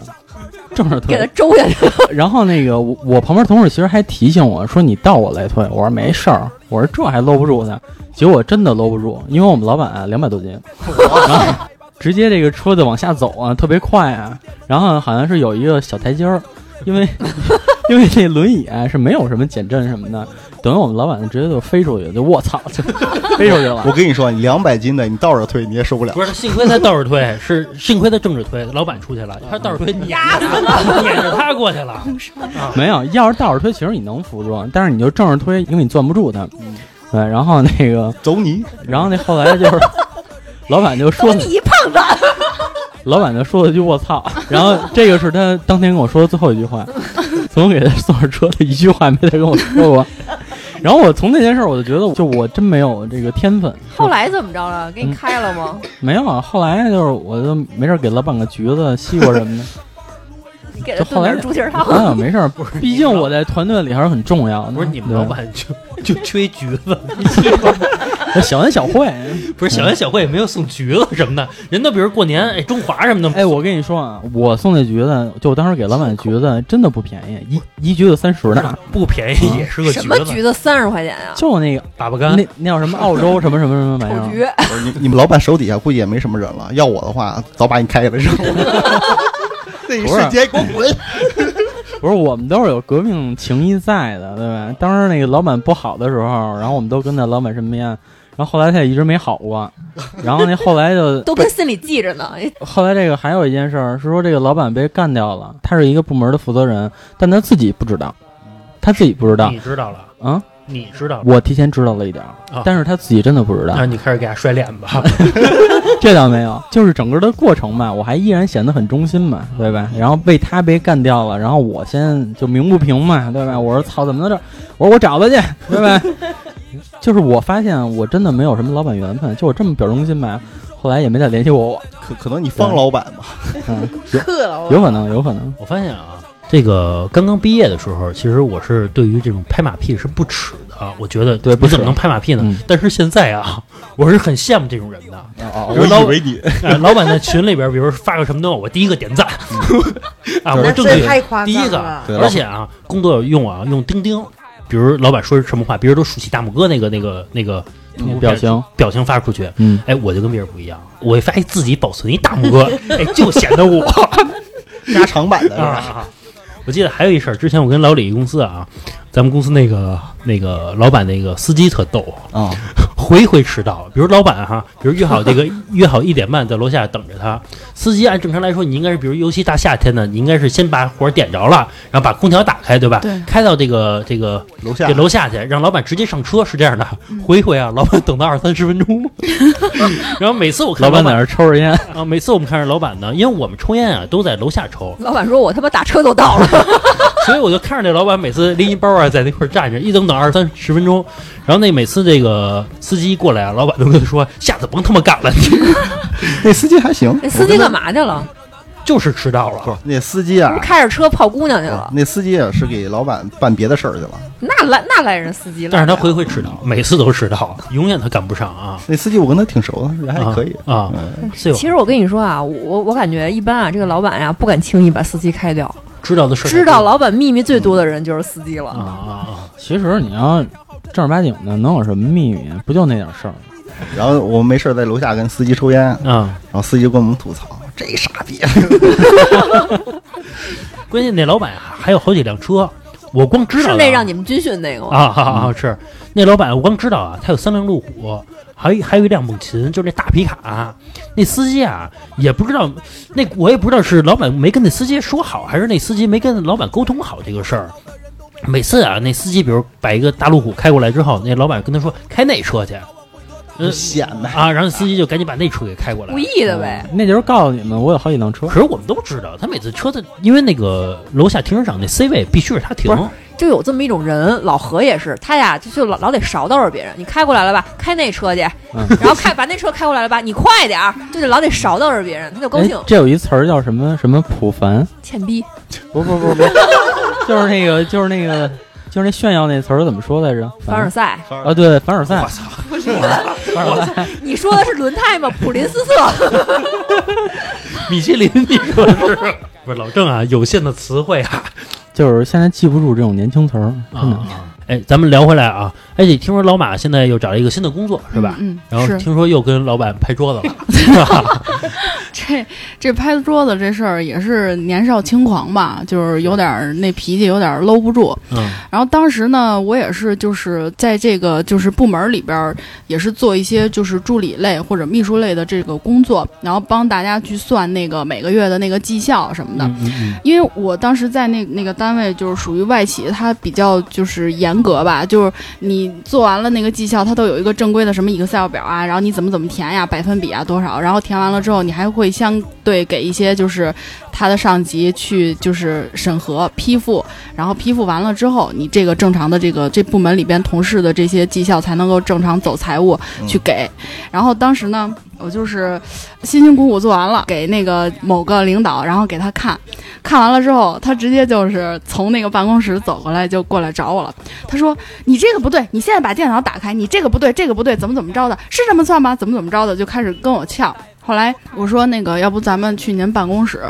[SPEAKER 6] 正着推
[SPEAKER 5] 给，他周下去。
[SPEAKER 6] 然后那个我我旁边同事其实还提醒我说你倒我来推，我说没事儿，我说这还搂不住呢。结果真的搂不住，因为我们老板两百多斤， 然后直接这个车子往下走啊，特别快啊。然后好像是有一个小台阶儿，因为 因为那轮椅啊是没有什么减震什么的，等于我们老板直接就飞出去，就我操，就飞出去了
[SPEAKER 3] 我。跟你说，你两百斤的，你倒着推你也受不了。
[SPEAKER 2] 不是，幸亏他倒着推，是幸亏他正着推，老板出去了，他倒着推碾 着碾着他过去了。
[SPEAKER 6] 没有，要是倒着推，其实你能扶住，但是你就正着推，因为你攥不住它。对，然后那个
[SPEAKER 3] 走你，
[SPEAKER 6] 然后那后来就是，老板就说你一胖
[SPEAKER 2] 嗯
[SPEAKER 6] 子，老板就说了句我操，然后这个是他当天跟我说的最后一句话，从我给他送上车的一句话没再跟我说过。 然后我从那件事儿我就觉得，就我真没有这个天分。
[SPEAKER 5] 后来怎么着了？给你开了吗？
[SPEAKER 6] 没有啊，后来就是我就没事儿给老板个橘子、西瓜什么的。
[SPEAKER 5] 你给他
[SPEAKER 6] 就
[SPEAKER 5] 炖
[SPEAKER 6] 后来
[SPEAKER 5] 点猪蹄儿
[SPEAKER 2] 嗯
[SPEAKER 5] 汤。
[SPEAKER 6] 啊，没事儿，毕竟我在团队里还是很重要的。
[SPEAKER 2] 不是你们老板就就缺橘子，
[SPEAKER 6] 对小恩小惠。
[SPEAKER 2] 不是小恩小惠也没有送橘子什么 的，人都比如过年哎中华什么的，
[SPEAKER 6] 哎，我跟你说啊，我送那橘子，就我当时给老板的橘子真的不便宜，一一橘子三十呢。
[SPEAKER 2] 不便宜
[SPEAKER 6] 哎
[SPEAKER 2] 也是个
[SPEAKER 5] 什么
[SPEAKER 2] 子，
[SPEAKER 5] 橘子三十块钱啊呀？
[SPEAKER 6] 就那个
[SPEAKER 2] 粑粑干
[SPEAKER 6] 那那叫什么澳洲什么什么什么
[SPEAKER 2] 哎
[SPEAKER 6] 玩意
[SPEAKER 5] 丑
[SPEAKER 6] 儿，
[SPEAKER 5] 橘，
[SPEAKER 2] 啊
[SPEAKER 3] 不是你你们老板手底下估计也没什么人了。要我的话，早把你开给他扔了。 那一瞬间给我滚！
[SPEAKER 6] 不是我们都是有革命情谊在的，对吧？当时那个老板不好的时候，然后我们都跟在老板身边，然后后来他也一直没好过，然后那后来就
[SPEAKER 5] 都跟心里记着呢。哎
[SPEAKER 6] 后来这个还有一件事儿是说这个老板被干掉了，他是一个部门的负责人，但他自己不知道，他自己不知道
[SPEAKER 2] 嗯你知道了，
[SPEAKER 6] 啊、
[SPEAKER 2] 你知道了，
[SPEAKER 6] 我提前知道了一点儿
[SPEAKER 2] 啊，
[SPEAKER 6] 但是他自己真的不知道
[SPEAKER 2] 那，你开始给他甩脸吧。
[SPEAKER 6] 这倒没有，就是整个的过程吧，我还依然显得很忠心嘛，对吧？然后被他被干掉了，然后我先就鸣不平嘛，对吧？我说操，怎么能这？我说我找他去， 对吧？就是我发现我真的没有什么老板缘分，就我这么表忠心吧，后来也没再联系过我，
[SPEAKER 3] 可可能你方老板吧，
[SPEAKER 6] 嗯，
[SPEAKER 8] 克了我
[SPEAKER 6] 有可能，有可能，
[SPEAKER 2] 我发现啊，这个刚刚毕业的时候，其实我是对于这种拍马屁是不耻的啊，我觉得
[SPEAKER 6] 对不
[SPEAKER 2] 我
[SPEAKER 6] 耻
[SPEAKER 2] 怎么能拍马屁呢？
[SPEAKER 6] 嗯
[SPEAKER 2] 但是现在啊，我是很羡慕这种人的。
[SPEAKER 6] 哦
[SPEAKER 2] 我老
[SPEAKER 3] 以为你
[SPEAKER 2] 哎老板在群里边，比如说发个什么东西，我第一个点 赞啊，我
[SPEAKER 8] 那
[SPEAKER 2] 正
[SPEAKER 8] 这
[SPEAKER 2] 对
[SPEAKER 8] 太夸
[SPEAKER 2] 第一
[SPEAKER 8] 张
[SPEAKER 2] 个
[SPEAKER 8] 了，，
[SPEAKER 3] 对
[SPEAKER 2] 而且啊，工作用啊用钉钉，比如老板说什么话，别人都竖起大拇哥那个那个那个图片
[SPEAKER 6] 嗯表情，
[SPEAKER 2] 表情发出去，
[SPEAKER 6] 嗯，
[SPEAKER 2] 哎，我就跟别人不一样，我会发现自己保存一大拇 哥，哎，就显得我
[SPEAKER 3] 加长版的是吧？
[SPEAKER 2] 啊。我记得还有一事儿，之前我跟老李一公司啊，咱们公司那个那个老板那个司机特逗，
[SPEAKER 3] 啊，
[SPEAKER 2] 回回迟到。比如老板哈，比如约好这个 约好一点半在楼下等着他，司机按正常来说，你应该是比如尤其大夏天的，你应该是先把火点着了，然后把空调打开，对吧？
[SPEAKER 4] 对
[SPEAKER 2] 开到这个这个
[SPEAKER 3] 楼下
[SPEAKER 2] 这楼下去，让老板直接上车，是这样的。 回回啊，老板等到二三十分钟， 然后每次我看
[SPEAKER 6] 老
[SPEAKER 2] 老
[SPEAKER 6] 板在
[SPEAKER 2] 板
[SPEAKER 6] 那儿抽着烟，
[SPEAKER 2] 啊，每次我们看着老板呢，因为我们抽烟啊都在楼下抽，
[SPEAKER 5] 老板说：“我他妈打车都到了，
[SPEAKER 2] 所以我就看着那老板每次拎一包啊，在那块儿站着，一等等二三十分钟，然后那每次这个司机过来啊，老板都跟他说：“下次甭他妈干了， 你
[SPEAKER 3] 那司机还行，
[SPEAKER 5] 那司机干嘛去了？
[SPEAKER 2] 就是迟到
[SPEAKER 3] 不
[SPEAKER 2] 了。
[SPEAKER 3] 是那司机啊
[SPEAKER 5] 不是，开着车泡姑娘去了？
[SPEAKER 3] 那司机也是给老板办别的事儿去了。
[SPEAKER 5] 那来那来人司机”了。
[SPEAKER 2] 嗯但是他回回迟到，每次都迟到，永远他赶不上啊。
[SPEAKER 3] 那司机我跟他挺熟的，人还可以。
[SPEAKER 2] 啊，
[SPEAKER 3] 嗯，
[SPEAKER 2] 是有
[SPEAKER 5] 其实我跟你说啊，我我感觉一般啊，这个老板呀、不敢轻易把司机开掉。
[SPEAKER 2] 知道的事儿
[SPEAKER 5] 知道老板秘密最多的人就是司机
[SPEAKER 2] 啊
[SPEAKER 5] 了。
[SPEAKER 2] 啊啊！
[SPEAKER 6] 其实你要正儿八经的，能有什么秘密？不就那点事儿吗？
[SPEAKER 3] 然后我们没事儿在楼下跟司机抽烟，
[SPEAKER 2] 啊，
[SPEAKER 3] 然后司机就跟我们吐槽：“这傻逼
[SPEAKER 2] 关键那老板啊还有好几辆车，我光知道的
[SPEAKER 5] 是那让你们军训那个吗？
[SPEAKER 2] 啊啊啊
[SPEAKER 5] 嗯
[SPEAKER 2] 啊是那老板，我光知道啊，他有三辆路虎，还有还有一辆猛禽，就是那大皮卡。那司机啊，也不知道，那我也不知道是老板没跟那司机说好，还是那司机没跟老板沟通好这个事儿。每次啊，那司机比如把一个大路虎开过来之后，那老板跟他说开那车去，！”嗯
[SPEAKER 3] 不显摆。
[SPEAKER 2] 啊，然后司机就赶紧把那车给开过来
[SPEAKER 5] 故。意的呗。
[SPEAKER 6] 那就是告诉你们，我有好几辆车
[SPEAKER 2] 可。是我们都知道，他每次车子因为那个楼下停车场那 C 位必须是他停
[SPEAKER 5] 不，是就有这么一种人，老何也是，他呀就就老老得勺叨着别人，你开过来了吧，开那车去，
[SPEAKER 6] 嗯
[SPEAKER 5] 然后开把 那车开过来了吧，你快点儿，就得老得勺叨着别人，他就高
[SPEAKER 6] 哎
[SPEAKER 5] 兴，
[SPEAKER 6] 这有一词儿叫什么什么普凡，
[SPEAKER 5] 欠逼。
[SPEAKER 6] 不不不不，就是那个就是那个就是那炫耀那词儿怎么说来着？
[SPEAKER 5] 凡尔赛，
[SPEAKER 3] 凡
[SPEAKER 6] 啊，对，凡尔赛
[SPEAKER 3] 我，操，
[SPEAKER 6] 凡尔赛，
[SPEAKER 5] 你说的是轮胎吗？普林斯特，
[SPEAKER 2] 米其林，你说是？ 不是老郑啊，有限的词汇啊。
[SPEAKER 6] 就是现在记不住这种年轻词儿，真的。
[SPEAKER 2] 啊，哎，咱们聊回来啊，哎，你听说老马现在又找了一个新的工作是吧？
[SPEAKER 4] 嗯，
[SPEAKER 2] 然后
[SPEAKER 4] 是
[SPEAKER 2] 听说又跟老板拍桌子 了，是吧？
[SPEAKER 4] 这这拍桌子这事儿也是年少轻狂吧，就是有点儿那脾气有点儿搂不住。
[SPEAKER 2] 嗯
[SPEAKER 4] 然后当时呢，我也是就是在这个就是部门里边儿，也是做一些就是助理类或者秘书类的这个工作，然后帮大家去算那个每个月的那个绩效什么的。
[SPEAKER 2] 嗯嗯
[SPEAKER 4] 因为我当时在那那个单位就是属于外企，它比较就是严格吧，就是你做完了那个绩效，它都有一个正规的什么 Excel 表啊，然后你怎么怎么填呀，百分比啊多少，然后填完了之后，你还会相对给一些就是它的上级去就是审核批复，然后批复完了之后，你这个正常的这个这部门里边同事的这些绩效才能够正常走财务去给。然后当时呢，我就是辛辛苦苦做完了，给那个某个领导，然后给他看。看完了之后，他直接就是从那个办公室走过来，就过来找我了。他说：“你这个不对，你现在把电脑打开，你这个不对，这个不对，怎么怎么着的，是这么算吗？怎么怎么着的，就开始跟我呛。”后来我说：“那个，要不咱们去您办公室？”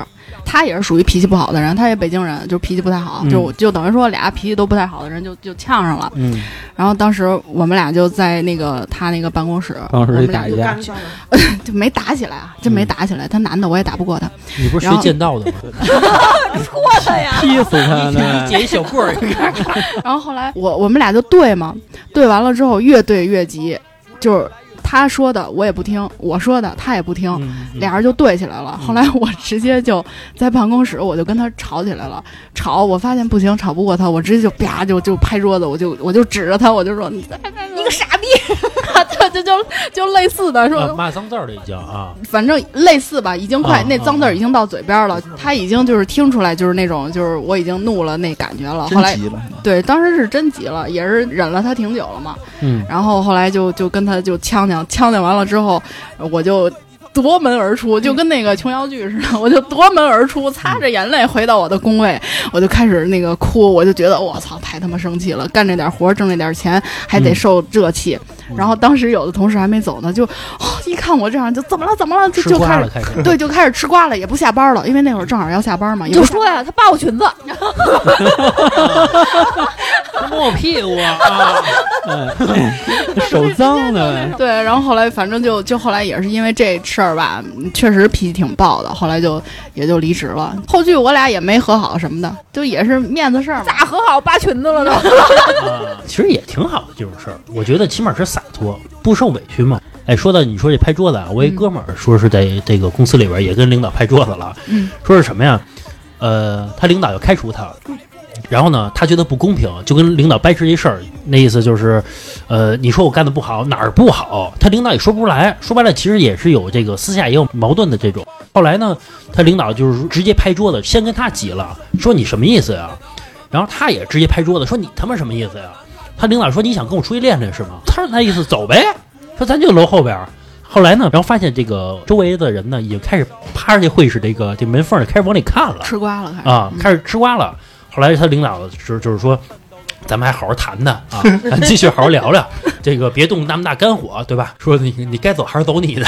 [SPEAKER 4] 他也是属于脾气不好的人，他也北京人，就脾气不太好，
[SPEAKER 2] 嗯
[SPEAKER 4] 就我就等于说俩脾气都不太好的人就就呛上了。
[SPEAKER 2] 嗯，
[SPEAKER 4] 然后当时我们俩就在那个他那个办公室，
[SPEAKER 6] 当
[SPEAKER 4] 我
[SPEAKER 6] 时
[SPEAKER 4] 们
[SPEAKER 6] 一
[SPEAKER 4] 俩
[SPEAKER 6] 打
[SPEAKER 8] 就
[SPEAKER 6] 架嗯
[SPEAKER 8] 干，上了。
[SPEAKER 4] 就 没打起来啊，真没打起来。他男的我也打不过他，
[SPEAKER 2] 你不是学
[SPEAKER 4] 然后
[SPEAKER 2] 剑道的吗？
[SPEAKER 5] 戳他呀！
[SPEAKER 6] 劈死他呢！
[SPEAKER 2] 一小棍儿，
[SPEAKER 4] 然后后来我我们俩就对嘛，对完了之后越对越急，就是他说的我也不听，我说的他也不
[SPEAKER 6] 嗯
[SPEAKER 4] 听，
[SPEAKER 2] 嗯
[SPEAKER 4] 俩人就对起来了。后来我直接就在办公室我就跟他吵起来了，吵我发现不行，吵不过他，我直接就啪就就拍桌子，我就我就指着他，我就说你再拍拍
[SPEAKER 5] 你个傻逼！
[SPEAKER 4] 我， 就就就就类似的说。
[SPEAKER 2] 啊骂脏字儿了已经啊，
[SPEAKER 4] 反正类似吧，已经快、
[SPEAKER 2] 啊
[SPEAKER 4] 那脏字
[SPEAKER 2] 啊
[SPEAKER 4] 儿已经到嘴边了，他已经就是听出来就是那种就是我已经怒了那感觉了。后
[SPEAKER 3] 真
[SPEAKER 4] 来
[SPEAKER 3] 急了。
[SPEAKER 4] 对，当时是真急了，也是忍了他挺久了嘛。
[SPEAKER 2] 嗯，
[SPEAKER 4] 然后后来就就跟他就呛呛呛呛完了之后，我就夺门而出，就跟那个琼瑶剧似的，我就夺门而出，擦着眼泪回到我的工位，我就开始那个哭，我就觉得我操，太他妈生气了，干这点活儿挣这点钱还得
[SPEAKER 2] 嗯
[SPEAKER 4] 受这气。然后当时有的同事还没走呢，就、哦一看我这样就怎么了怎么了，就
[SPEAKER 2] 吃
[SPEAKER 4] 就
[SPEAKER 2] 瓜
[SPEAKER 4] 开
[SPEAKER 2] 了
[SPEAKER 4] 始。
[SPEAKER 2] 开始。
[SPEAKER 4] 对，就开始吃瓜了，也不下班了，因为那会儿正好要下班嘛。也
[SPEAKER 5] 你
[SPEAKER 4] 不
[SPEAKER 5] 就
[SPEAKER 4] 下
[SPEAKER 5] 说呀，他扒我裙子，
[SPEAKER 2] 摸我屁股啊！嗯
[SPEAKER 6] 手脏的，
[SPEAKER 4] 对，然后后来反正就就后来也是因为这事儿吧，嗯确实脾气挺暴的，后来就也就离职了。后续我俩也没和好什么的，就也是面子事儿嘛。
[SPEAKER 5] 咋和好扒裙子了都？
[SPEAKER 2] 啊，其实也挺好的这种事儿，我觉得起码是洒脱，不受委屈嘛。哎，说到你说这拍桌子啊，我一
[SPEAKER 4] 嗯
[SPEAKER 2] 哥们儿说是在这个公司里边儿也跟领导拍桌子了，
[SPEAKER 4] 嗯
[SPEAKER 2] 说是什么呀？呃，他领导要开除他，然后呢，他觉得不公平，就跟领导掰扯一事儿，那意思就是，呃，你说我干的不好，哪儿不好？他领导也说不出来，说白了，其实也是有这个私下也有矛盾的这种。后来呢，他领导就是直接拍桌子，先跟他急了，说你什么意思呀？然后他也直接拍桌子，说你他妈什么意思呀？他领导说你想跟我出去练练是吗？他说那意思走呗，说咱就楼后边儿。后来呢，然后发现这个周围的人呢，已经开始趴着这会议室这个这门缝儿里开始往里看了，
[SPEAKER 4] 吃瓜了，开始
[SPEAKER 2] 啊，
[SPEAKER 4] 嗯
[SPEAKER 2] 开始吃瓜了。后来他领导就是就是说，咱们还好好谈谈啊， 咱继续好好聊聊，这个别动那么大肝火，对吧？说你你该走还是走你的，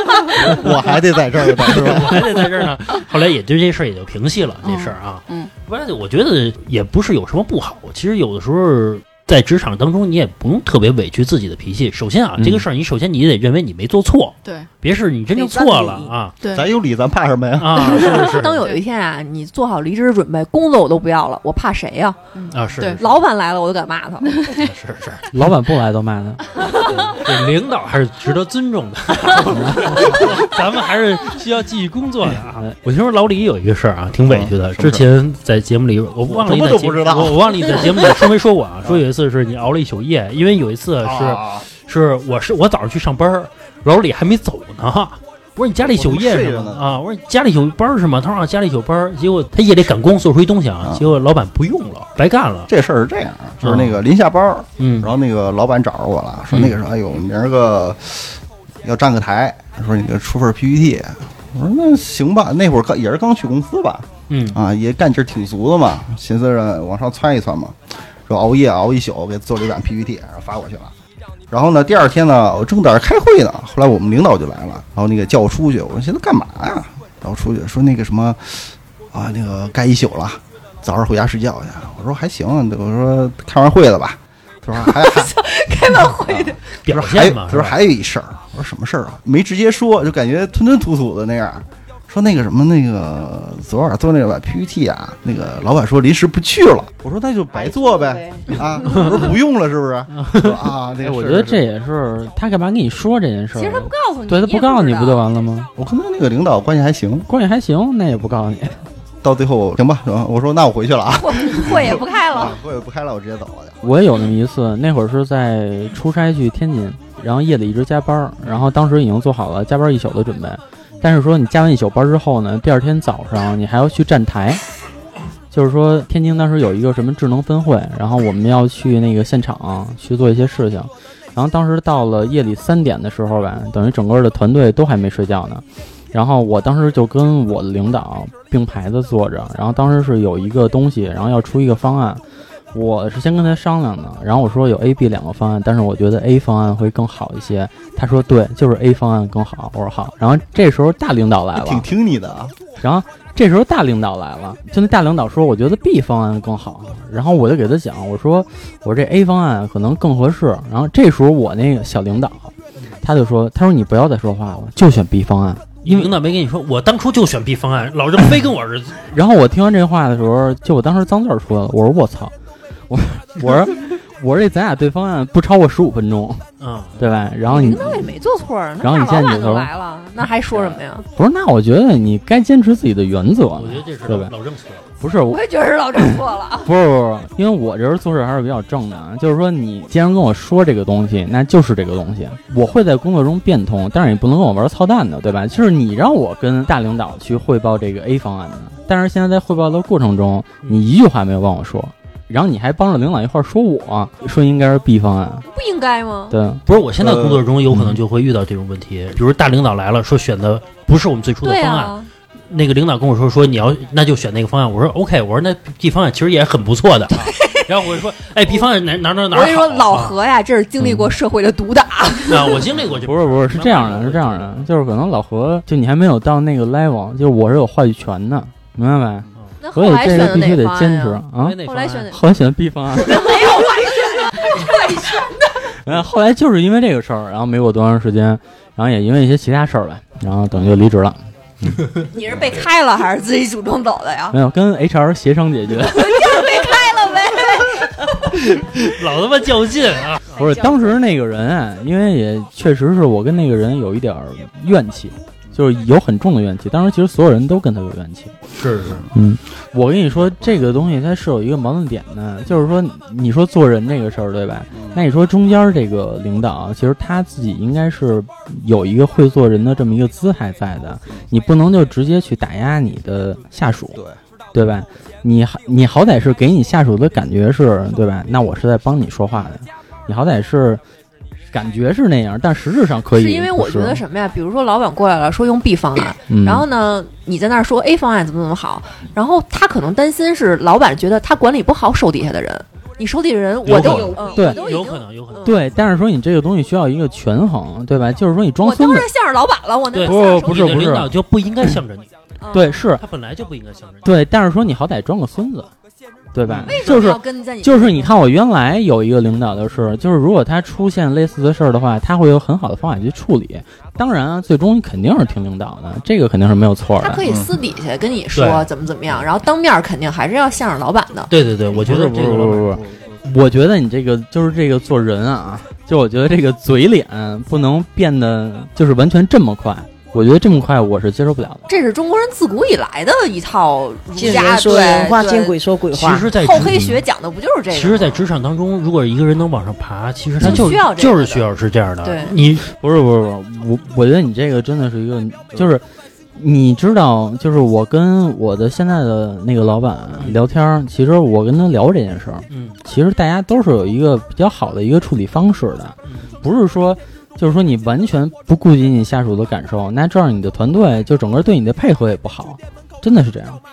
[SPEAKER 7] 我还得在这儿呢，是吧？
[SPEAKER 2] 我还得在这儿呢。后来也对这事儿也就平息了，这事儿啊，
[SPEAKER 4] 嗯嗯，
[SPEAKER 2] 不然我觉得也不是有什么不好。其实有的时候在职场当中，你也不用特别委屈自己的脾气。首先啊，
[SPEAKER 6] 嗯
[SPEAKER 2] 这个事儿你首先你得认为你没做错，
[SPEAKER 4] 对
[SPEAKER 2] 别是你真正错了啊
[SPEAKER 4] 对，
[SPEAKER 7] 咱有理，咱怕什么呀？
[SPEAKER 2] 啊， 是是是
[SPEAKER 5] 等有一天啊，你做好离职的准备，工作我都不要了，我怕谁呀？
[SPEAKER 2] 啊是
[SPEAKER 4] 对
[SPEAKER 2] 是
[SPEAKER 5] 老板来了我都敢骂他。
[SPEAKER 2] 是是是，
[SPEAKER 6] 老板不来都骂他。
[SPEAKER 2] 这领导还是值得尊重的， 咱们还是需要继续工作的啊。我听说老李有一个事儿啊，挺委屈的。
[SPEAKER 3] 嗯什
[SPEAKER 2] 之
[SPEAKER 3] 么事儿
[SPEAKER 2] 前在节目里，我忘了
[SPEAKER 7] 我什么
[SPEAKER 2] 你在
[SPEAKER 7] 都
[SPEAKER 2] 节
[SPEAKER 7] 不知道
[SPEAKER 2] 我我忘了你在节目里说没说过啊？说有一次是你熬了一宿夜，因为有一次是
[SPEAKER 7] 啊
[SPEAKER 2] 是我是我早上去上班儿，老李还没走呢。我说你加了一宿夜是
[SPEAKER 3] 我怎么睡着
[SPEAKER 2] 吗
[SPEAKER 3] 呢？
[SPEAKER 2] 啊，我说你加了一宿班儿是吗？他说啊，加了一宿班儿。结果他夜里赶工做出一东西啊，
[SPEAKER 3] 啊
[SPEAKER 2] 结果老板不用了，白干了。
[SPEAKER 3] 这事儿是这样啊，就是那个临下班儿，
[SPEAKER 2] 嗯
[SPEAKER 3] 然后那个老板找着我了，说那个什么，哎呦，明儿个要站个台，说你这出份 PPT。我说那行吧，那会儿刚也是刚去公司吧，
[SPEAKER 2] 嗯
[SPEAKER 3] 啊，也干劲儿挺足的嘛，寻思着往上窜一窜嘛，说熬夜熬一宿，给做了一版 PPT，然后发过去了。然后呢，第二天呢，我正在这开会呢，后来我们领导就来了，然后那个叫我出去，我寻思干嘛呀？然后出去说那个什么，啊，那个该一宿了，早上回家睡觉去。我说还行，我说开完会了吧？他说还还
[SPEAKER 5] 开完会的，
[SPEAKER 2] 表
[SPEAKER 3] 他说还
[SPEAKER 2] 现嘛
[SPEAKER 3] 有，他说还有一事儿，我说什么事儿啊？没直接说，就感觉吞吞吐吐的那样。说那个什么，那个昨晚做那个 PPT 啊，那个老板说临时不去了。我说那就白做呗，啊，我说不用了是 不是？说啊，
[SPEAKER 6] 哎，
[SPEAKER 3] 那个
[SPEAKER 6] 我
[SPEAKER 3] 是
[SPEAKER 6] 觉得
[SPEAKER 3] 是
[SPEAKER 6] 这也是他干嘛跟你说这件事
[SPEAKER 5] 其实他
[SPEAKER 6] 儿啊
[SPEAKER 5] 不？告诉你，
[SPEAKER 6] 对他
[SPEAKER 5] 不
[SPEAKER 6] 告诉你不就
[SPEAKER 5] 对？
[SPEAKER 6] 完了吗？
[SPEAKER 3] 我跟他那个领导关系还行，
[SPEAKER 6] 关系还行，那也不告诉你。
[SPEAKER 3] 到最后行吧，行我说那我回去了啊，
[SPEAKER 5] 会 会也不开了，
[SPEAKER 3] 啊会不开了，我直接走了。
[SPEAKER 6] 我也有那么一次，那会儿是在出差去天津，然后夜里一直加班儿，然后当时已经做好了加班一宿的准备，但是说你加完一宿班之后呢，第二天早上你还要去站台，就是说天津当时有一个什么智能分会，然后我们要去那个现场去做一些事情，然后当时到了夜里三点的时候吧，等于整个的团队都还没睡觉呢。然后我当时就跟我的领导并排的坐着，然后当时是有一个东西，然后要出一个方案，我是先跟他商量的，然后我说有 A、B 两个方案，但是我觉得 A 方案会更好一些。他说对，就是 A 方案更好。我说好。然后这时候大领导来了，
[SPEAKER 3] 挺听你的啊，
[SPEAKER 6] 然后这时候大领导来了，就那大领导说，我觉得 B 方案更好。然后我就给他讲，我说我这 A 方案可能更合适。然后这时候我那个小领导，他就说，他说你不要再说话了，就选 B 方案。
[SPEAKER 2] 因为领导没跟你说，我当初就选 B 方案，老任非跟我儿子，
[SPEAKER 6] 然后我听完这话的时候，就我当时脏字儿出来了，我说我操，我我说我说这咱俩对方案不超过十五分钟，
[SPEAKER 2] 嗯，
[SPEAKER 6] 对吧？然后你
[SPEAKER 5] 领导也没做错啊，那
[SPEAKER 6] 然后你
[SPEAKER 5] 大老
[SPEAKER 6] 现在
[SPEAKER 5] 板
[SPEAKER 6] 你
[SPEAKER 5] 都
[SPEAKER 6] 头
[SPEAKER 5] 来了，那还说什么呀？
[SPEAKER 6] 不是，那我觉得你该坚持自己的原则
[SPEAKER 2] 我觉得这是
[SPEAKER 6] 对吧
[SPEAKER 2] 老老任错了，
[SPEAKER 6] 不是我
[SPEAKER 5] 我也觉得是老郑错了，
[SPEAKER 6] 不是不是，不是因为我这人做事还是比较正的，啊，就是说你既然跟我说这个东西，那就是这个东西。我会在工作中变通，但是你不能跟我玩操蛋的，对吧？就是你让我跟大领导去汇报这个 A 方案的，但是现在在汇报的过程中，你一句话没有帮我说，然后你还帮着领导一块儿说我说应该是 B 方案，
[SPEAKER 5] 不应该吗？
[SPEAKER 6] 对，
[SPEAKER 2] 不是我现在
[SPEAKER 6] 呃
[SPEAKER 2] 工作中有
[SPEAKER 6] 嗯
[SPEAKER 2] 可能就会遇到这种问题，比如大领导来了，说选的不是我们最初的
[SPEAKER 5] 对
[SPEAKER 2] 方案，
[SPEAKER 5] 啊，
[SPEAKER 2] 那个领导跟我说说你要那就选那个方案，我说 OK，我说那 B 方案其实也很不错的，啊然后我就说哎 B 方案哪哪哪哪
[SPEAKER 6] 啊
[SPEAKER 5] 我跟你说，
[SPEAKER 2] 好
[SPEAKER 5] 老何
[SPEAKER 6] 嗯
[SPEAKER 5] 呀，这是经历过社会的毒打，
[SPEAKER 2] 啊，我经历过这，
[SPEAKER 6] 不是不是，是这样的，是这样的，就是可能老何就你还没有到那个 level，就是我是有话语权的，明白没？
[SPEAKER 5] 那
[SPEAKER 6] 所
[SPEAKER 5] 后
[SPEAKER 6] 以
[SPEAKER 5] 来
[SPEAKER 6] 这
[SPEAKER 5] 选
[SPEAKER 6] 个
[SPEAKER 5] 的
[SPEAKER 6] 必须
[SPEAKER 5] 哪
[SPEAKER 6] 得
[SPEAKER 5] 方案
[SPEAKER 6] 坚持
[SPEAKER 5] 呀？
[SPEAKER 6] 啊。
[SPEAKER 5] 后来选的
[SPEAKER 6] 后来选的 B 方案，
[SPEAKER 5] 没有啊外选，外选
[SPEAKER 6] 然后后来就是因为这个事儿，然后没过多长时间，然后也因为一些其他事儿吧，然后等于就离职了。
[SPEAKER 5] 你是被开了还是自己主动走的呀？
[SPEAKER 6] 没有跟 HR 协商解决，
[SPEAKER 5] 被开了呗。
[SPEAKER 2] 老他妈较劲啊，
[SPEAKER 6] 不是当时那个人啊，因为也确实是我跟那个人有一点儿怨气，就是有很重的怨气。当时其实所有人都跟他有怨气。
[SPEAKER 2] 是是，
[SPEAKER 6] 嗯，我跟你说，这个东西它是有一个矛盾点的，就是说，你说做人这个事儿，对吧？那你说中间这个领导，其实他自己应该是有一个会做人的这么一个姿态在的，你不能就直接去打压你的下属，
[SPEAKER 3] 对
[SPEAKER 6] 对吧？你好你好歹是给你下属的感觉是，对吧？那我是在帮你说话的，你好歹是感觉是那样，但实质 上可以
[SPEAKER 5] 是因为我
[SPEAKER 6] 不
[SPEAKER 5] 觉得什么呀？比如说老板过来了，说用 B 方案，
[SPEAKER 6] 嗯、
[SPEAKER 5] 然后呢，你在那儿说 A 方案怎么怎么好，然后他可能担心是老板觉得他管理不好手底下的人，你手底下人我都
[SPEAKER 2] 有可能
[SPEAKER 5] 嗯
[SPEAKER 6] 对
[SPEAKER 5] 我都已
[SPEAKER 2] 有
[SPEAKER 5] 经嗯
[SPEAKER 2] 可能有可能，
[SPEAKER 6] 对，但是说你这个东西需要一个权衡，对吧？就是说你装
[SPEAKER 5] 我
[SPEAKER 6] 孙
[SPEAKER 5] 当
[SPEAKER 6] 子
[SPEAKER 5] 然向着老板了，我能
[SPEAKER 2] 对
[SPEAKER 5] 向着手
[SPEAKER 6] 不
[SPEAKER 5] 底
[SPEAKER 6] 是
[SPEAKER 2] 你的
[SPEAKER 6] 不是
[SPEAKER 2] 领导就不应该向着你，
[SPEAKER 5] 嗯
[SPEAKER 6] 对，是
[SPEAKER 2] 他本来就不应该向着你，
[SPEAKER 6] 对，但是说你好歹装个孙子，对吧？就
[SPEAKER 5] 嗯为什么
[SPEAKER 6] 是
[SPEAKER 5] 要跟在你嗯
[SPEAKER 6] 就是，你看我原来有一个领导的事，就是如果他出现类似的事儿的话，他会有很好的方法去处理。当然啊，最终肯定是听领导的，这个肯定是没有错
[SPEAKER 5] 他
[SPEAKER 6] 的
[SPEAKER 5] 可。以私底下跟你说
[SPEAKER 2] 嗯对
[SPEAKER 5] 怎么怎么样，然后当面肯定还是要向着老板的。
[SPEAKER 2] 对对对，我觉得
[SPEAKER 6] 不
[SPEAKER 2] 这
[SPEAKER 6] 是
[SPEAKER 2] 个老
[SPEAKER 6] 不
[SPEAKER 2] 板
[SPEAKER 6] 是不是，我觉得你这个就是这个做人啊，就我觉得这个嘴脸不能变得就是完全这么快。我觉得这么快我是接受不了的。
[SPEAKER 5] 这是中国人自古以来的一套儒
[SPEAKER 8] 见
[SPEAKER 5] 家
[SPEAKER 8] 人说人话，见
[SPEAKER 5] 对
[SPEAKER 8] 鬼说鬼
[SPEAKER 2] 其
[SPEAKER 8] 话。
[SPEAKER 2] 实，在
[SPEAKER 5] 对厚黑学讲的不就是这个吗？
[SPEAKER 2] 其实，在职场当中，如果一个人能往上爬，其实他
[SPEAKER 5] 就
[SPEAKER 2] 就
[SPEAKER 5] 需要这个
[SPEAKER 2] 就是
[SPEAKER 5] 的
[SPEAKER 2] 需要是这样的。
[SPEAKER 5] 对
[SPEAKER 2] 你
[SPEAKER 6] 不是不是不是，我我觉得你这个真的是一个，就是你知道，就是我跟我的现在的那个老板聊天儿，其实我跟他聊这件事儿，
[SPEAKER 2] 嗯
[SPEAKER 6] 其实大家都是有一个比较好的一个处理方式的，
[SPEAKER 2] 嗯
[SPEAKER 6] 不是说就是说你完全不顾及你下属的感受，那这样你的团队就整个对你的配合也不好，真的是这样。
[SPEAKER 2] 嗯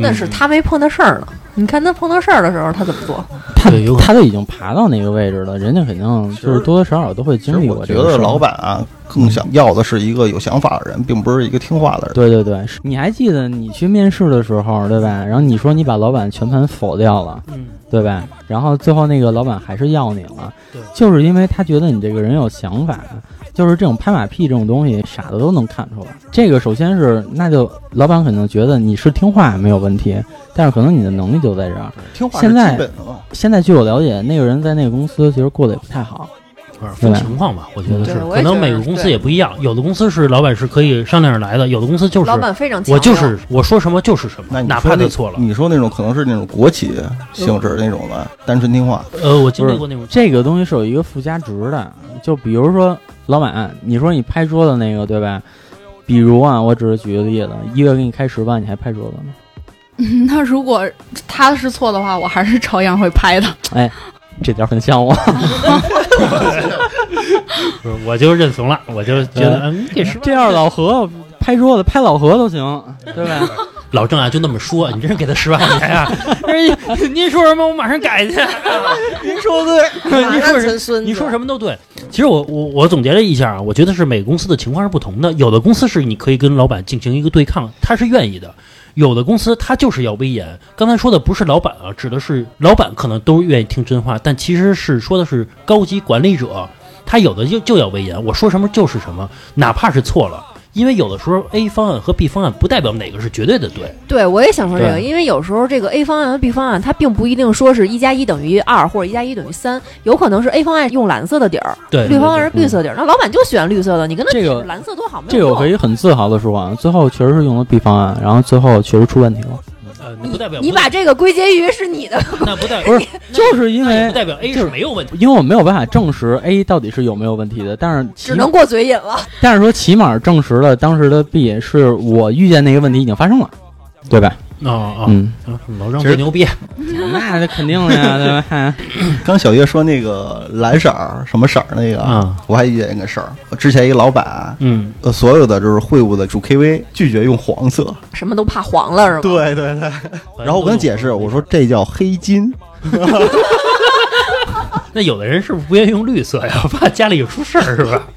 [SPEAKER 5] 那是他没碰到事儿呢。你看他碰到事儿的时候，他怎么做？
[SPEAKER 6] 他
[SPEAKER 2] 对有可能
[SPEAKER 6] 他都已经爬到那个位置了，人家肯定就是多多少少都会
[SPEAKER 3] 其实
[SPEAKER 6] 经历过
[SPEAKER 3] 我
[SPEAKER 6] 这
[SPEAKER 3] 觉
[SPEAKER 6] 个事
[SPEAKER 3] 得
[SPEAKER 6] 儿。
[SPEAKER 3] 老板啊，更
[SPEAKER 6] 嗯
[SPEAKER 3] 想要的是一个有想法的人，并不是一个听话的人。
[SPEAKER 6] 对对对，是你还记得你去面试的时候，对吧？然后你说你把老板全盘否掉了，
[SPEAKER 2] 嗯，
[SPEAKER 6] 对吧？然后最后那个老板还是要你了
[SPEAKER 2] 对，
[SPEAKER 6] 就是因为他觉得你这个人有想法，就是这种拍马屁这种东西，傻子都能看出来。这个首先是，那就老板可能觉得你是听话没有问题，但是可能你的能力就在这儿。
[SPEAKER 3] 听话是基本的嘛。
[SPEAKER 6] 现在据我了解，那个人在那个公司其实过得也不太好，
[SPEAKER 2] 反正分情况吧，我觉得是
[SPEAKER 5] 对，我
[SPEAKER 2] 可
[SPEAKER 5] 也
[SPEAKER 2] 能
[SPEAKER 5] 觉得
[SPEAKER 2] 每
[SPEAKER 5] 是
[SPEAKER 2] 个公司
[SPEAKER 5] 对
[SPEAKER 2] 也不一样，有的公司是老板是可以商量着来的，有的公司就是
[SPEAKER 5] 老板非常强
[SPEAKER 2] 我就
[SPEAKER 5] 硬
[SPEAKER 2] 是我说什么就是什
[SPEAKER 3] 那
[SPEAKER 2] 么，
[SPEAKER 3] 你
[SPEAKER 2] 哪
[SPEAKER 3] 说
[SPEAKER 2] 怕
[SPEAKER 3] 那
[SPEAKER 2] 他错了。
[SPEAKER 3] 你说那种可能是那种国企性质那种的，单纯听话。
[SPEAKER 2] 呃，我经
[SPEAKER 6] 不
[SPEAKER 2] 历
[SPEAKER 6] 是
[SPEAKER 2] 过那种，
[SPEAKER 6] 这个东西是有一个附加值的，就比如说老板，你说你拍桌子那个对吧？比如啊，我只是举个例子，一个月给你开十万，你还拍桌子吗？
[SPEAKER 4] 那如果他是错的话，我还是照样会拍的。
[SPEAKER 6] 这点很像我，
[SPEAKER 2] 不是我就认怂了，我就觉得嗯，这是
[SPEAKER 6] 这要是老何拍桌子，拍老何都行，对 吧？
[SPEAKER 2] 老郑啊，就那么说，你真给他十万块钱啊！ 哎，您说什么，我马上改去。
[SPEAKER 8] 您说对，
[SPEAKER 2] 你说
[SPEAKER 8] 成
[SPEAKER 2] 人
[SPEAKER 8] 孙子，
[SPEAKER 2] 你说什么都对。其实我我我总结了一下啊，我觉得是每个公司的情况是不同的。有的公司是你可以跟老板进行一个对抗，他是愿意的；有的公司他就是要威严。刚才说的不是老板啊，指的是老板可能都愿意听真话，但其实是说的是高级管理者，他有的就就要威严，我说什么就是什么，哪怕是错了。因为有的时候 A 方案和 B 方案不代表哪个是绝对的对，
[SPEAKER 5] 对，我也想说这个，
[SPEAKER 6] 对
[SPEAKER 5] 因为有时候这个 A 方案和 B 方案，它并不一定说是一加一等于二或者一加一等于三，有可能是 A 方案用蓝色的底儿，
[SPEAKER 2] 对嗯
[SPEAKER 5] 绿方案是绿色底儿，那老板就喜欢绿色的，你跟他
[SPEAKER 6] 这个
[SPEAKER 5] 指蓝色多好，没
[SPEAKER 6] 这
[SPEAKER 5] 有
[SPEAKER 6] 个
[SPEAKER 5] 用
[SPEAKER 6] 我可以很自豪的说啊，最后确实是用了 B 方案，然后最后确实出问题了，
[SPEAKER 2] 呃，
[SPEAKER 5] 你
[SPEAKER 2] 不代表
[SPEAKER 5] 你把这个归结于是你的，
[SPEAKER 2] 那不代
[SPEAKER 6] 不
[SPEAKER 2] 表
[SPEAKER 6] 是，就是因
[SPEAKER 2] 那也
[SPEAKER 6] 为
[SPEAKER 2] 不代表 A
[SPEAKER 6] 就是
[SPEAKER 2] 是没有问题，
[SPEAKER 6] 因为我没有办法证实 A 到底是有没有问题的，但是
[SPEAKER 5] 只
[SPEAKER 6] 起码
[SPEAKER 5] 能过嘴瘾了。
[SPEAKER 6] 但是说起码证实了当时的 B 是我遇见那个问题已经发生了，对吧？
[SPEAKER 2] 啊啊，
[SPEAKER 6] 嗯，
[SPEAKER 2] 啊老郑
[SPEAKER 3] 其实
[SPEAKER 2] 最牛逼，
[SPEAKER 6] 那这肯定的 呀，对吧？
[SPEAKER 3] 刚小叶说那个蓝色儿什么色儿那个，
[SPEAKER 2] 嗯
[SPEAKER 3] 我还遇见一个事儿。我之前一个老板，
[SPEAKER 2] 嗯。
[SPEAKER 3] 呃，所有的就是会务的主 KV 拒绝用黄色。
[SPEAKER 5] 什么都怕黄了是吗？
[SPEAKER 3] 对对对。然后我跟他解释，我说这叫黑金。
[SPEAKER 2] 那有的人是不是不愿意用绿色呀？怕家里有出事儿是吧？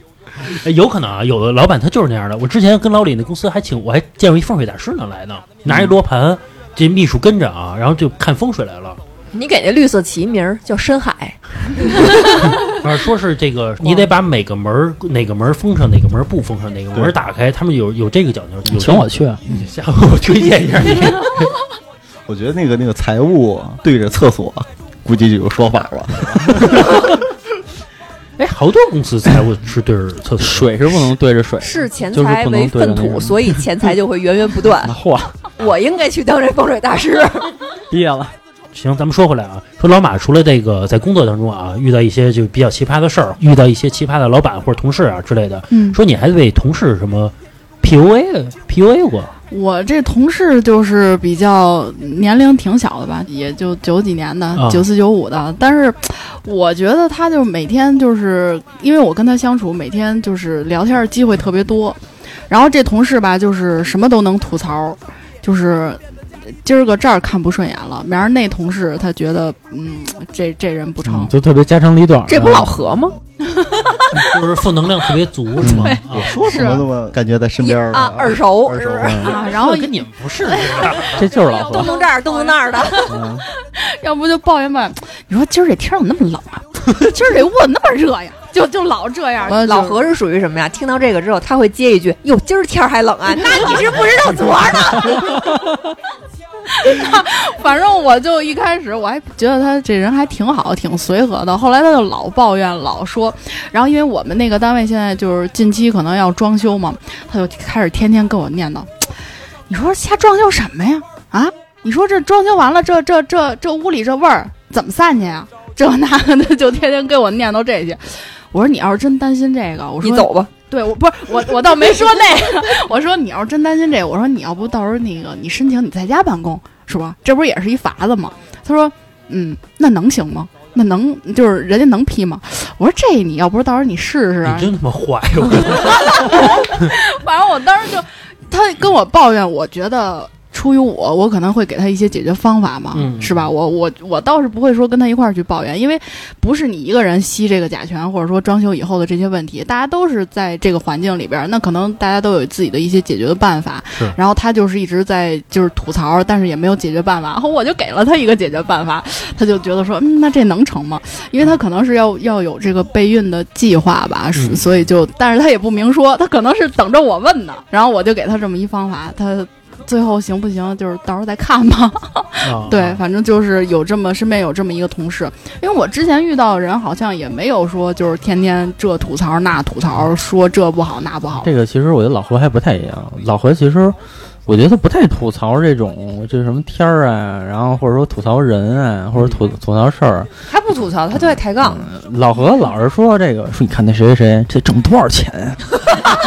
[SPEAKER 2] 哎有可能啊，有的老板他就是那样的。我之前跟老李那公司还请，我还见过一风水大师呢来呢，拿一罗盘，这秘书跟着啊，然后就看风水来了。
[SPEAKER 5] 你给那绿色起一名儿叫深海，
[SPEAKER 2] 啊，说是这 个，你得把每个门儿哪个门儿封上，哪个门儿不封上，哪个门儿打开，他们有有这个讲究。有
[SPEAKER 6] 请我，去，
[SPEAKER 2] 下回 我推荐一下 你。
[SPEAKER 3] 我觉得那个那个财务对着厕所，估计就有说法了。
[SPEAKER 2] 哎，好多公司财务是对着厕所的
[SPEAKER 6] 水是不能对着水，
[SPEAKER 5] 视钱
[SPEAKER 6] 就是
[SPEAKER 5] 财
[SPEAKER 6] 不能
[SPEAKER 5] 为
[SPEAKER 6] 对着
[SPEAKER 5] 粪
[SPEAKER 6] 那
[SPEAKER 5] 土，
[SPEAKER 6] 个。
[SPEAKER 5] 所以钱财就会源源不断
[SPEAKER 6] 嚯，
[SPEAKER 5] 我应该去当这风水大师。
[SPEAKER 6] 毕业了，
[SPEAKER 2] 行，咱们说回来啊，说老马除了这个在工作当中啊，遇到一些就比较奇葩的事儿，遇到一些奇葩的老板或者同事啊之类的，
[SPEAKER 4] 嗯，
[SPEAKER 2] 说你还为同事什么 PUA PUA 过，
[SPEAKER 4] 我这同事就是比较年龄挺小的吧，也就九几年的
[SPEAKER 2] 啊，
[SPEAKER 4] 九四九五的。但是我觉得他就每天就是因为我跟他相处，每天就是聊天的机会特别多。然后这同事吧，就是什么都能吐槽，就是今儿个这儿看不顺眼了，明儿那同事他觉得嗯，这这人不成
[SPEAKER 6] 嗯，就特别家长里短儿啊。
[SPEAKER 5] 这不老何吗？
[SPEAKER 2] 就是负能量特别足是吗？啊
[SPEAKER 3] 我说
[SPEAKER 4] 是
[SPEAKER 3] 怎么那么感觉在身边儿呢
[SPEAKER 5] 啊，耳熟
[SPEAKER 3] 耳
[SPEAKER 5] 是
[SPEAKER 3] 熟
[SPEAKER 5] 不是？
[SPEAKER 3] 嗯
[SPEAKER 4] 啊，然后
[SPEAKER 2] 跟你们不 是那样
[SPEAKER 6] 这就是老
[SPEAKER 5] 动
[SPEAKER 6] 何，
[SPEAKER 5] 动这儿，动动那儿 的。
[SPEAKER 6] 嗯
[SPEAKER 4] 要不就抱怨抱怨，你说今儿这天儿怎么那么冷啊？今儿这屋怎么那么热呀？就就老这样，
[SPEAKER 5] 老何是属于什么呀？听到这个之后，他会接一句：“哟，今儿天儿还冷 啊！”那你是不知道昨儿呢。
[SPEAKER 4] 反正我就一开始我还觉得他这人还挺好，挺随和的。后来他就老抱怨，老说，然后因为我们那个单位现在就是近期可能要装修嘛，他就开始天天跟我念叨：“你说瞎装修什么呀？啊，你说这装修完了，这这这这屋里这味儿怎么散去呀？这那个的，就天天跟我念叨这些。”我说：“你要是真担心这个，我说
[SPEAKER 5] 你走吧，
[SPEAKER 4] 对我不是我，我倒没说那个。 我说你要是真担心这个，我说你要不到时候那个你申请你在家办公是吧？这不是也是一法子吗？他说，嗯，那能行吗？那能就是人家能批吗？我说这你要不是到时候你试试、
[SPEAKER 2] 的，
[SPEAKER 4] 啊
[SPEAKER 2] 你，真他妈坏！我跟你说
[SPEAKER 4] 反正我当时就他跟我抱怨，我觉得。出于我，我可能会给他一些解决方法嘛，
[SPEAKER 2] 嗯
[SPEAKER 4] 是吧？我我我倒是不会说跟他一块儿去抱怨，因为不是你一个人吸这个甲醛，或者说装修以后的这些问题，大家都是在这个环境里边儿，那可能大家都有自己的一些解决的办法
[SPEAKER 2] 是。
[SPEAKER 4] 然后他就是一直在就是吐槽，但是也没有解决办法。然后我就给了他一个解决办法，他就觉得说，嗯，那这能成吗？因为他可能是要要有这个备孕的计划吧，是
[SPEAKER 2] 嗯
[SPEAKER 4] 所以就，但是他也不明说，他可能是等着我问呢。然后我就给他这么一方法，他最后行不行，就是到时候再看吧。
[SPEAKER 2] 啊
[SPEAKER 4] 对，反正就是有这么身边有这么一个同事，因为我之前遇到的人好像也没有说就是天天这吐槽那吐槽，说这不好那不好。
[SPEAKER 6] 这个其实我觉得老何还不太一样，老何其实我觉得他不太吐槽这种这什么天儿啊，然后或者说吐槽人啊，或者吐吐槽事儿。
[SPEAKER 5] 他不吐槽，他就爱抬杠。
[SPEAKER 6] 老何老是说这个，说你看那谁谁谁这挣多少钱 呀、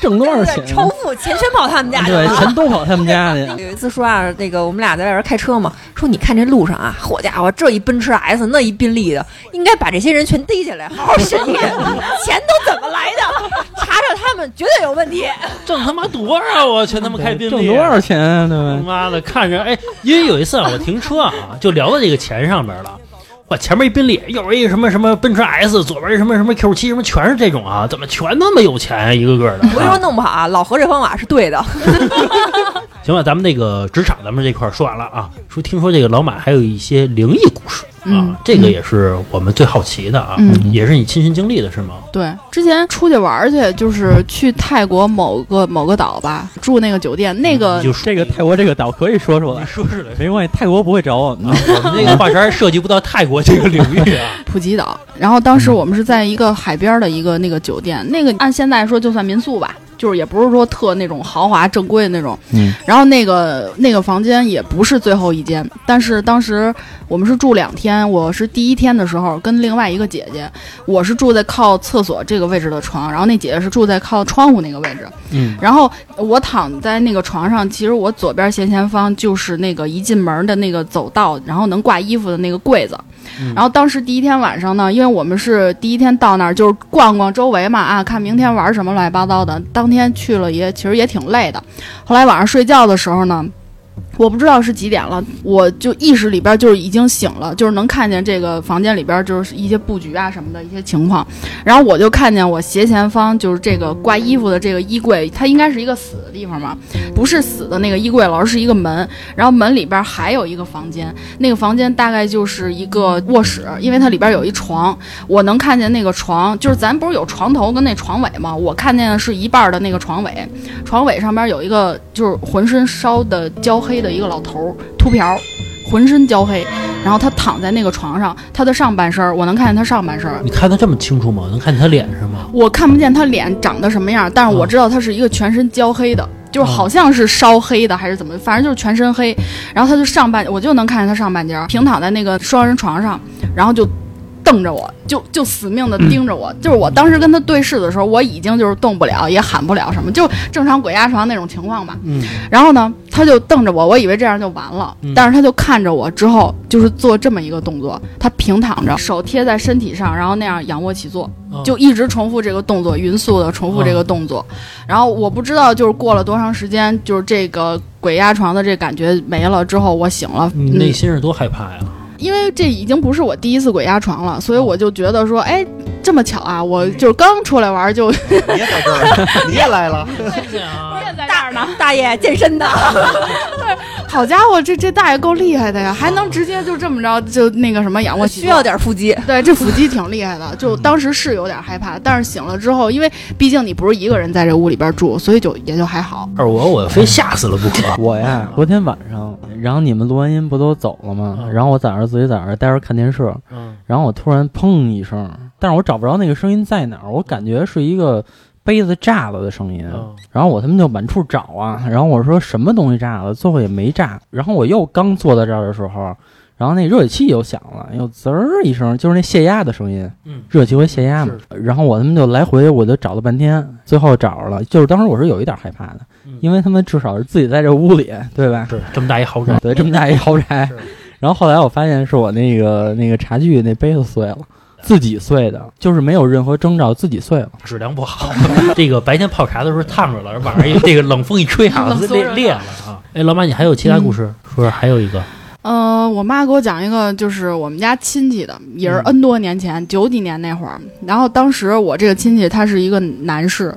[SPEAKER 6] 挣多少钱
[SPEAKER 5] 对，？仇富钱全跑他们家去
[SPEAKER 6] 对，
[SPEAKER 5] 了。
[SPEAKER 6] 钱都跑他们 家去。
[SPEAKER 5] 有一次说啊，那个我们俩在外边开车嘛，说你看这路上啊，好家伙，这一奔驰 S，那一宾利的，应该把这些人全逮起来，好好审一审， 钱都怎么来的，查查他们绝对有问题。
[SPEAKER 2] 挣他妈多少啊！全他妈开宾
[SPEAKER 6] 对
[SPEAKER 2] 利，
[SPEAKER 6] 挣多少钱啊？对
[SPEAKER 2] 他
[SPEAKER 6] 吧？
[SPEAKER 2] 妈的，看着哎，因为有一次啊，我停车啊，就聊到这个钱上边了。哇，前面一宾利，右边一什么什么奔驰 S，左边一什么什么 Q 7什么全是这种啊，怎么全他妈有钱啊，一个个的
[SPEAKER 5] 我跟你说
[SPEAKER 2] 啊。
[SPEAKER 5] 弄不好啊，老何这方法是对的，
[SPEAKER 2] 行吧，咱们那个职场咱们这块儿说完了啊，说听说这个老马还有一些灵异故事啊，
[SPEAKER 4] 嗯
[SPEAKER 2] 这个也是我们最好奇的啊，
[SPEAKER 4] 嗯
[SPEAKER 2] 也是你亲身经历的是吗？
[SPEAKER 4] 对，之前出去玩儿去，就是去泰国某个某个岛吧，住那个酒店，那个
[SPEAKER 2] 你就说
[SPEAKER 6] 这个 泰国这个岛可以说出
[SPEAKER 2] 你
[SPEAKER 4] 啊
[SPEAKER 6] 来，
[SPEAKER 2] 说出来，
[SPEAKER 6] 没关系，泰国不会找我们的。
[SPEAKER 2] 我们这个画圈儿涉及不到泰国这个领域 啊。
[SPEAKER 4] 普吉岛。然后当时我们是在一个海边儿的一个那个酒店，那个按现在说就算民宿吧，就是也不是说特那种豪华正规的那种。
[SPEAKER 6] 嗯，
[SPEAKER 4] 然后那个呃那个房间也不是最后一间，但是当时我们是住两天，我是第一天的时候跟另外一个姐姐，我是住在靠厕所这个位置的床，然后那姐姐是住在靠窗户那个位置。
[SPEAKER 2] 嗯，
[SPEAKER 4] 然后我躺在那个床上，其实我左边斜前方就是那个一进门的那个走道，然后能挂衣服的那个柜子。然后当时第一天晚上呢，因为我们是第一天到那儿，就是逛逛周围嘛，啊，看明天玩什么乱七八糟的。当天去了也其实也挺累的。后来晚上睡觉的时候呢，我不知道是几点了，我就意识里边就是已经醒了，就是能看见这个房间里边就是一些布局啊什么的一些情况。然后我就看见我斜前方就是这个挂衣服的这个衣柜，它应该是一个死的地方嘛，不是死的那个衣柜了，而是一个门。然后门里边还有一个房间，那个房间大概就是一个卧室，因为它里边有一床，我能看见那个床，就是咱不是有床头跟那床尾吗？我看见的是一半儿的那个床尾，床尾上边有一个就是浑身烧的焦黑的一个老头儿，秃瓢儿，浑身焦黑，然后他躺在那个床上，他的上半身儿我能看见他上半身儿，
[SPEAKER 2] 你看他这么清楚吗？能看见他脸是吗？
[SPEAKER 4] 我看不见他脸长得什么样，但是我知道他是一个全身焦黑的，就是好像是烧黑的还是怎么，反正就是全身黑。然后他就上半，我就能看见他上半截儿平躺在那个双人床上，然后就瞪着我，就就死命的盯着我。就是我当时跟他对视的时候，我已经就是动不了，也喊不了什么，就正常鬼压床那种情况吧。
[SPEAKER 2] 嗯，
[SPEAKER 4] 然后呢，他就瞪着我，我以为这样就完了，
[SPEAKER 2] 嗯
[SPEAKER 4] 但是他就看着我之后，就是做这么一个动作，他平躺着，手贴在身体上，然后那样仰卧起坐，
[SPEAKER 2] 嗯哦
[SPEAKER 4] 就一直重复这个动作，匀速的重复这个动作。然后我不知道就是过了多长时间，就是这个鬼压床的这感觉没了之后，我醒了，
[SPEAKER 2] 你
[SPEAKER 4] 嗯
[SPEAKER 2] 内心是多害怕呀？
[SPEAKER 4] 因为这已经不是我第一次鬼压床了，所以我就觉得说，哎，这么巧啊，我就是刚出来玩就
[SPEAKER 7] 哦你也在这儿，你也来了，
[SPEAKER 5] 大大爷健身的，
[SPEAKER 4] 好家伙，这这大爷够厉害的呀，还能直接就这么着就那个什么仰卧
[SPEAKER 5] 我
[SPEAKER 4] 起
[SPEAKER 5] 哦需
[SPEAKER 4] 坐。
[SPEAKER 5] 要点腹肌。
[SPEAKER 4] 对，这腹肌挺厉害的，就当时是有点害怕，但是醒了之后，因为毕竟你不是一个人在这屋里边住，所以就也就还好。
[SPEAKER 2] 二我我非吓死了不可。
[SPEAKER 6] 我呀，昨天晚上，然后你们录完音不都走了吗？
[SPEAKER 2] 嗯
[SPEAKER 6] 然后我在那儿自己在那儿待着看电视，
[SPEAKER 2] 嗯
[SPEAKER 6] 然后我突然砰一声，但是我找不着那个声音在哪儿，我感觉是一个杯子炸了的声音。
[SPEAKER 2] 嗯
[SPEAKER 6] 然后我他妈就满处找啊，然后我说什么东西炸了，最后也没炸。然后我又刚坐在这儿的时候，然后那热水器又响了，又滋儿一声，就是那泄压的声音。
[SPEAKER 2] 嗯
[SPEAKER 6] 热气会泄压嘛。然后我他妈就来回我就找了半天，最后找着了。就是当时我是有一点害怕的，
[SPEAKER 2] 嗯
[SPEAKER 6] 因为他们至少是自己在这屋里，对吧？
[SPEAKER 2] 是这么大一豪宅，
[SPEAKER 6] 对，这么大一豪宅。然后后来我发现是我那个那个茶具那杯子碎了，自己碎的，就是没有任何征兆，自己碎了。
[SPEAKER 2] 质量 不 好。这个白天泡茶的时候烫着了，晚上一这个冷风一吹啊，
[SPEAKER 4] 冷缩
[SPEAKER 2] 裂
[SPEAKER 4] 热
[SPEAKER 2] 裂了啊。哎，老板，你还有其他故事？
[SPEAKER 7] 嗯
[SPEAKER 2] 说还有一个，
[SPEAKER 4] 呃，我妈给我讲一个，就是我们家亲戚的，也是 N 多年前，九几年那会儿。然后当时我这个亲戚他是一个男士，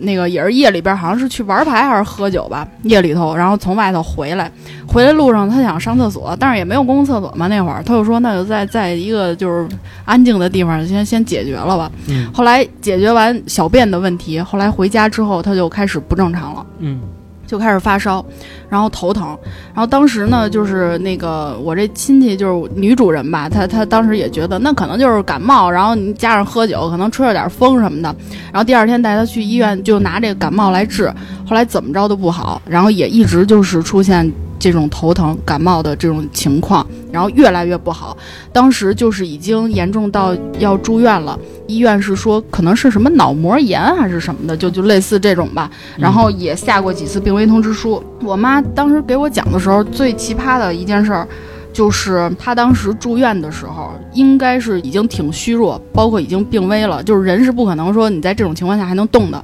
[SPEAKER 4] 那个也是夜里边好像是去玩牌还是喝酒吧，夜里头，然后从外头回来，回来路上他想上厕所，但是也没有公共厕所嘛那会儿，他就说那就在在一个就是安静的地方先先解决了吧。
[SPEAKER 2] 嗯
[SPEAKER 4] 后来解决完小便的问题，后来回家之后他就开始不正常了。
[SPEAKER 2] 嗯
[SPEAKER 4] 就开始发烧，然后头疼，然后当时呢，就是那个我这亲戚就是女主人吧，她她当时也觉得那可能就是感冒，然后你加上喝酒，可能吹了点风什么的，然后第二天带她去医院就拿这个感冒来治，后来怎么着都不好，然后也一直就是出现这种头疼、感冒的这种情况，然后越来越不好，当时就是已经严重到要住院了，医院是说可能是什么脑膜炎还是什么的，就就类似这种吧，然后也下过几次病危通知书。我妈当时给我讲的时候，最奇葩的一件事儿，就是她当时住院的时候，应该是已经挺虚弱，包括已经病危了，就是人是不可能说你在这种情况下还能动的。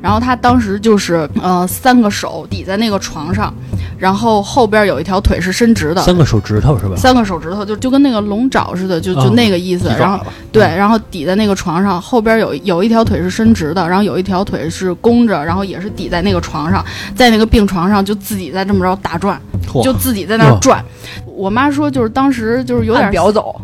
[SPEAKER 4] 然后她当时就是呃三个手抵在那个床上，然后后边有一条腿是伸直的，
[SPEAKER 2] 三个手指头是吧？
[SPEAKER 4] 三个手指头就就跟那个龙爪似的，就就
[SPEAKER 2] 嗯
[SPEAKER 4] 那个意思。
[SPEAKER 3] 鸡
[SPEAKER 4] 然
[SPEAKER 3] 爪
[SPEAKER 4] 后
[SPEAKER 3] 子，
[SPEAKER 4] 对，然后抵在那个床上，后边有有一条腿是伸直的，然后有一条腿是弓着，然后也是抵在那个床上，在那个病床上就自己在这么着打转，
[SPEAKER 3] 嚯
[SPEAKER 4] 就自己在那儿转。我妈说，就是当时 就是有点
[SPEAKER 5] 按表走，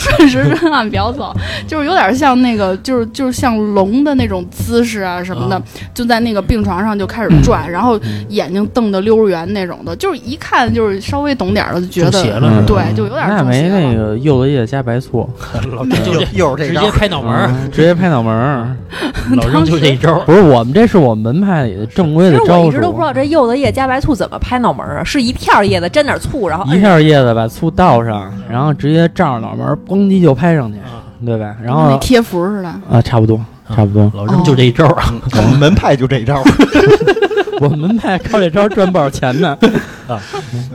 [SPEAKER 4] 顺时针按表走，就是有点像那个，就是就是像龙的那种姿势啊什么的，
[SPEAKER 2] 啊嗯
[SPEAKER 4] 就在那个病床上就开始转，然后眼睛瞪得溜儿圆那种的，就是一看就是稍微懂点儿的就觉
[SPEAKER 2] 中邪
[SPEAKER 4] 得，
[SPEAKER 2] 了是吧，
[SPEAKER 4] 对，就有点
[SPEAKER 6] 那
[SPEAKER 4] 中邪
[SPEAKER 6] 没
[SPEAKER 4] 了。
[SPEAKER 6] 那个柚子叶加白醋，
[SPEAKER 2] 就这
[SPEAKER 7] 又是
[SPEAKER 2] 直
[SPEAKER 7] 这
[SPEAKER 2] 接
[SPEAKER 7] 招，嗯
[SPEAKER 2] 拍脑门儿，
[SPEAKER 6] 嗯直接拍脑门 儿。
[SPEAKER 2] 老扔就这一招 儿。
[SPEAKER 6] 不是我们这是我们门派里的正规
[SPEAKER 5] 其
[SPEAKER 6] 的
[SPEAKER 5] 实我
[SPEAKER 6] 招啊
[SPEAKER 5] 一直都不
[SPEAKER 6] 数，
[SPEAKER 5] 知道这柚子叶加白醋怎么拍脑门儿啊？是一片叶子沾点醋，然后
[SPEAKER 6] 一
[SPEAKER 5] 摁上
[SPEAKER 6] 片叶子把醋倒上，然后直接照着脑门儿嘣叽就拍上去，对吧？
[SPEAKER 5] 嗯
[SPEAKER 6] 然
[SPEAKER 4] 跟那
[SPEAKER 6] 后
[SPEAKER 4] 贴符似的。
[SPEAKER 6] 啊，差不多，差不 多。
[SPEAKER 2] 老扔就这一招儿啊！
[SPEAKER 7] 嗯
[SPEAKER 3] 我们门派就这一招。
[SPEAKER 6] 我们门派靠这招赚不少钱呢。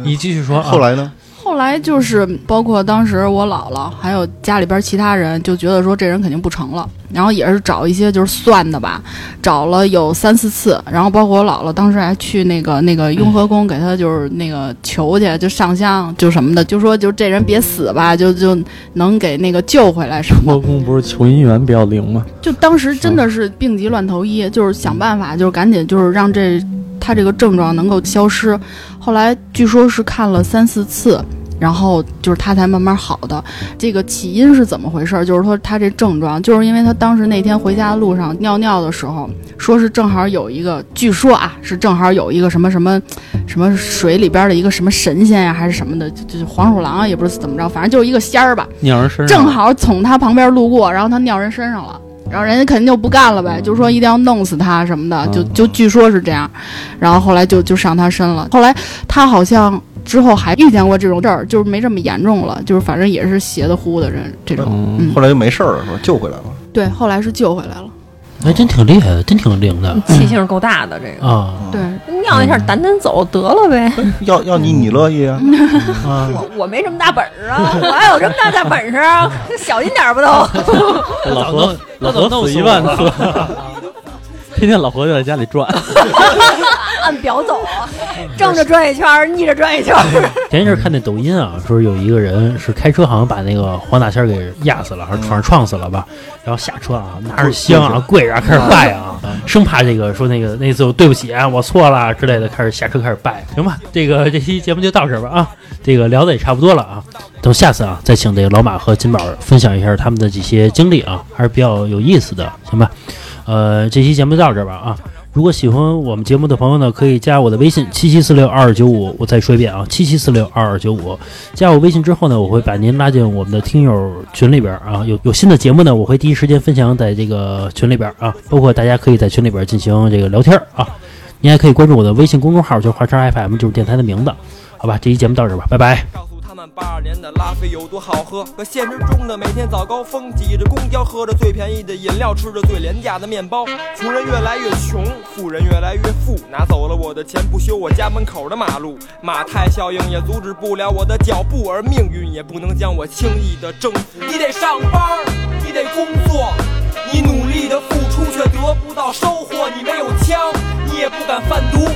[SPEAKER 2] 你继续说啊。
[SPEAKER 3] 后来呢？
[SPEAKER 4] 后来就是包括当时我姥姥还有家里边其他人就觉得说这人肯定不成了，然后也是找一些就是算的吧，找了有三四次，然后包括我姥姥当时还去那个那个雍和宫给他就是那个求去，就上香就什么的，就说就这人别死吧，就就能给那个救回来什么 的
[SPEAKER 6] 莫公不是求姻缘比较灵吗？
[SPEAKER 4] 就当时真的是病急乱投医，就是想办法，就是赶紧就是让这他这个症状能够消失。后来据说是看了三四次。然后就是他才慢慢好的，这个起因是怎么回事儿？就是说他这症状，就是因为他当时那天回家的路上尿尿的时候，说是正好有一个，据说啊是正好有一个什么什么什么水里边的一个什么神仙呀、还是什么的，就就是黄鼠狼啊，也不是怎么着，反正就是一个仙儿吧，
[SPEAKER 6] 鸟人身上
[SPEAKER 4] 正好从他旁边路过，然后他尿人身上了。然后人家肯定就不干了呗，
[SPEAKER 6] 嗯
[SPEAKER 4] 就说一定要弄死他什么的，就就据说是这样，然后后来就就上他身了。后来他好像之后还遇见过这种事儿，就是没这么严重了，就是反正也是邪的乎的人这种。
[SPEAKER 6] 嗯，
[SPEAKER 3] 后来就没事儿了，是吧？救回来了。
[SPEAKER 4] 对，后来是救回来了。
[SPEAKER 2] 还哎真挺厉害的，真挺灵的
[SPEAKER 5] 气性够大的
[SPEAKER 7] 嗯
[SPEAKER 5] 这个，
[SPEAKER 2] 啊！
[SPEAKER 4] 对，
[SPEAKER 5] 尿一下掸掸走得了呗。
[SPEAKER 3] 要要你你乐意啊？
[SPEAKER 5] 我我没这么大本事啊，我还有这么大的本事啊，小心点儿不都？
[SPEAKER 6] 老何老
[SPEAKER 2] 那怎么
[SPEAKER 6] 何
[SPEAKER 2] 弄
[SPEAKER 6] 死
[SPEAKER 2] 死
[SPEAKER 6] 一
[SPEAKER 2] 我
[SPEAKER 6] 万次，天天老何就在家里转。
[SPEAKER 5] 按表走，啊正着转一圈儿，逆着转一圈儿。
[SPEAKER 2] 前一阵儿看那抖音啊，说有一个人是开车，好像把那个黄大仙儿给压死了，还是撞撞死了吧？然后下车啊，拿着香啊，嗯跪着啊，开始拜啊， 生怕这个说那个那次我对不起啊，我错了之类的，开始下车开始拜。行吧，这个这期节目就到这儿吧啊，这个聊的也差不多了啊，等下次啊再请这个老马和金宝分享一下他们的这些经历啊，还是比较有意思的，行吧？呃，这期节目就到这儿吧啊。如果喜欢我们节目的朋友呢，可以加我的微信七七四六二二九五，我再说一遍啊，七七四六二二九五。加我微信之后呢，我会把您拉进我们的听友群里边啊，有有新的节目呢，我会第一时间分享在这个群里边啊，包括大家可以在群里边进行这个聊天啊。您还可以关注我的微信公众号，就是华商 FM，就是电台的名字。好吧，这期节目到这儿吧，拜拜。
[SPEAKER 9] 告诉他们八二年的拉菲有多好喝。可现实中的每天早高峰，挤着公交，喝着最便宜的饮料，吃着最廉价的面包。穷人越来越穷，富人越来越富，拿走了我的钱，不修我家门口的马路。马太效应也阻止不了我的脚步，而命运也不能将我轻易的征服。你得上班儿，你得工作，你努力的付出却得不到收获，你没有枪，你也不敢贩毒。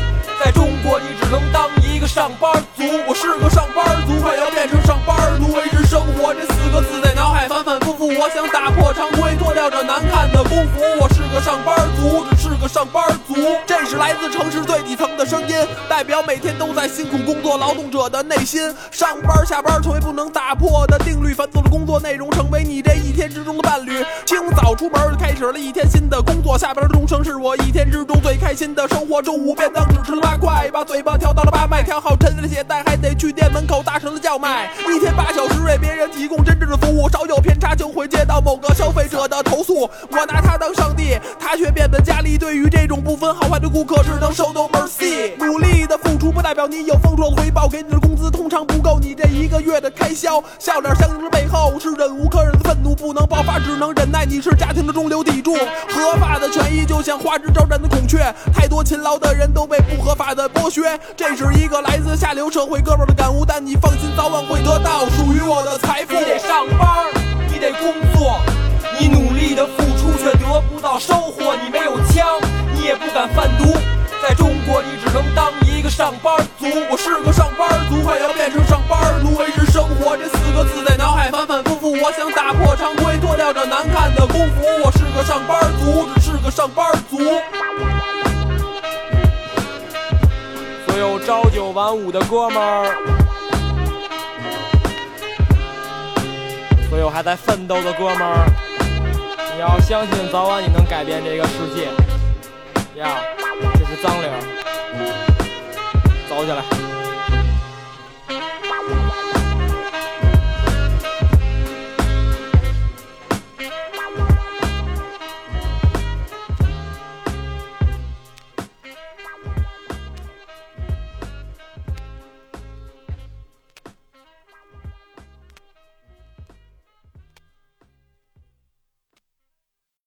[SPEAKER 9] 在中国你只能当一个上班族。我是个上班族，快要变成上班奴，维持生活这四个字在脑海反反复复。我想打破常规，脱掉这难看的工服。我是个上班族，只是个上班族。这是来自城市最底层的声音，代表每天都在辛苦工作劳动者的内心。上班下班成为不能打破的定律，繁琐的工作内容成为你这一天之中的伴侣。清早出门就开始了一天新的工作，下班的钟声是我一天之中最开心的生活。中午便当只吃了八块，把嘴巴调到了八麦，调好沉的鞋带，还得去店门口大声的叫卖。一天八小时为别人提供真正的服务，稍有偏差就会接到某个消费者的投诉。我拿他当上帝，他却变本加厉，对于这种不分好坏的顾客只能手抖 mercy。努力的付出不代表你有丰硕的回报，给你的工资通常不够你这一个月的开销。笑脸相迎的背后是忍无可忍的愤怒，不能爆发，只能忍耐。你是家庭的中流砥柱，合法的权益就像花枝招展的孔雀，太多勤劳的人都被不合法的剥削。这是一个来自下流社会哥们儿的感悟，但你放心，早晚会得到属于我的财富。你得上班，你得工作，你努力的付出却得不到收获，你没有枪，你也不敢贩毒。在中国，你只能当一个上班族。我是个上班族，快要变成上班奴。维持生活这四个字在脑海反反复复。我想打破常规，脱掉这难看的工服。我是个上班族，只是个上班族。所有朝九晚五的哥们儿，所有还在奋斗的哥们儿，你要相信，早晚你能改变这个世界。呀，这是脏领儿，走起来。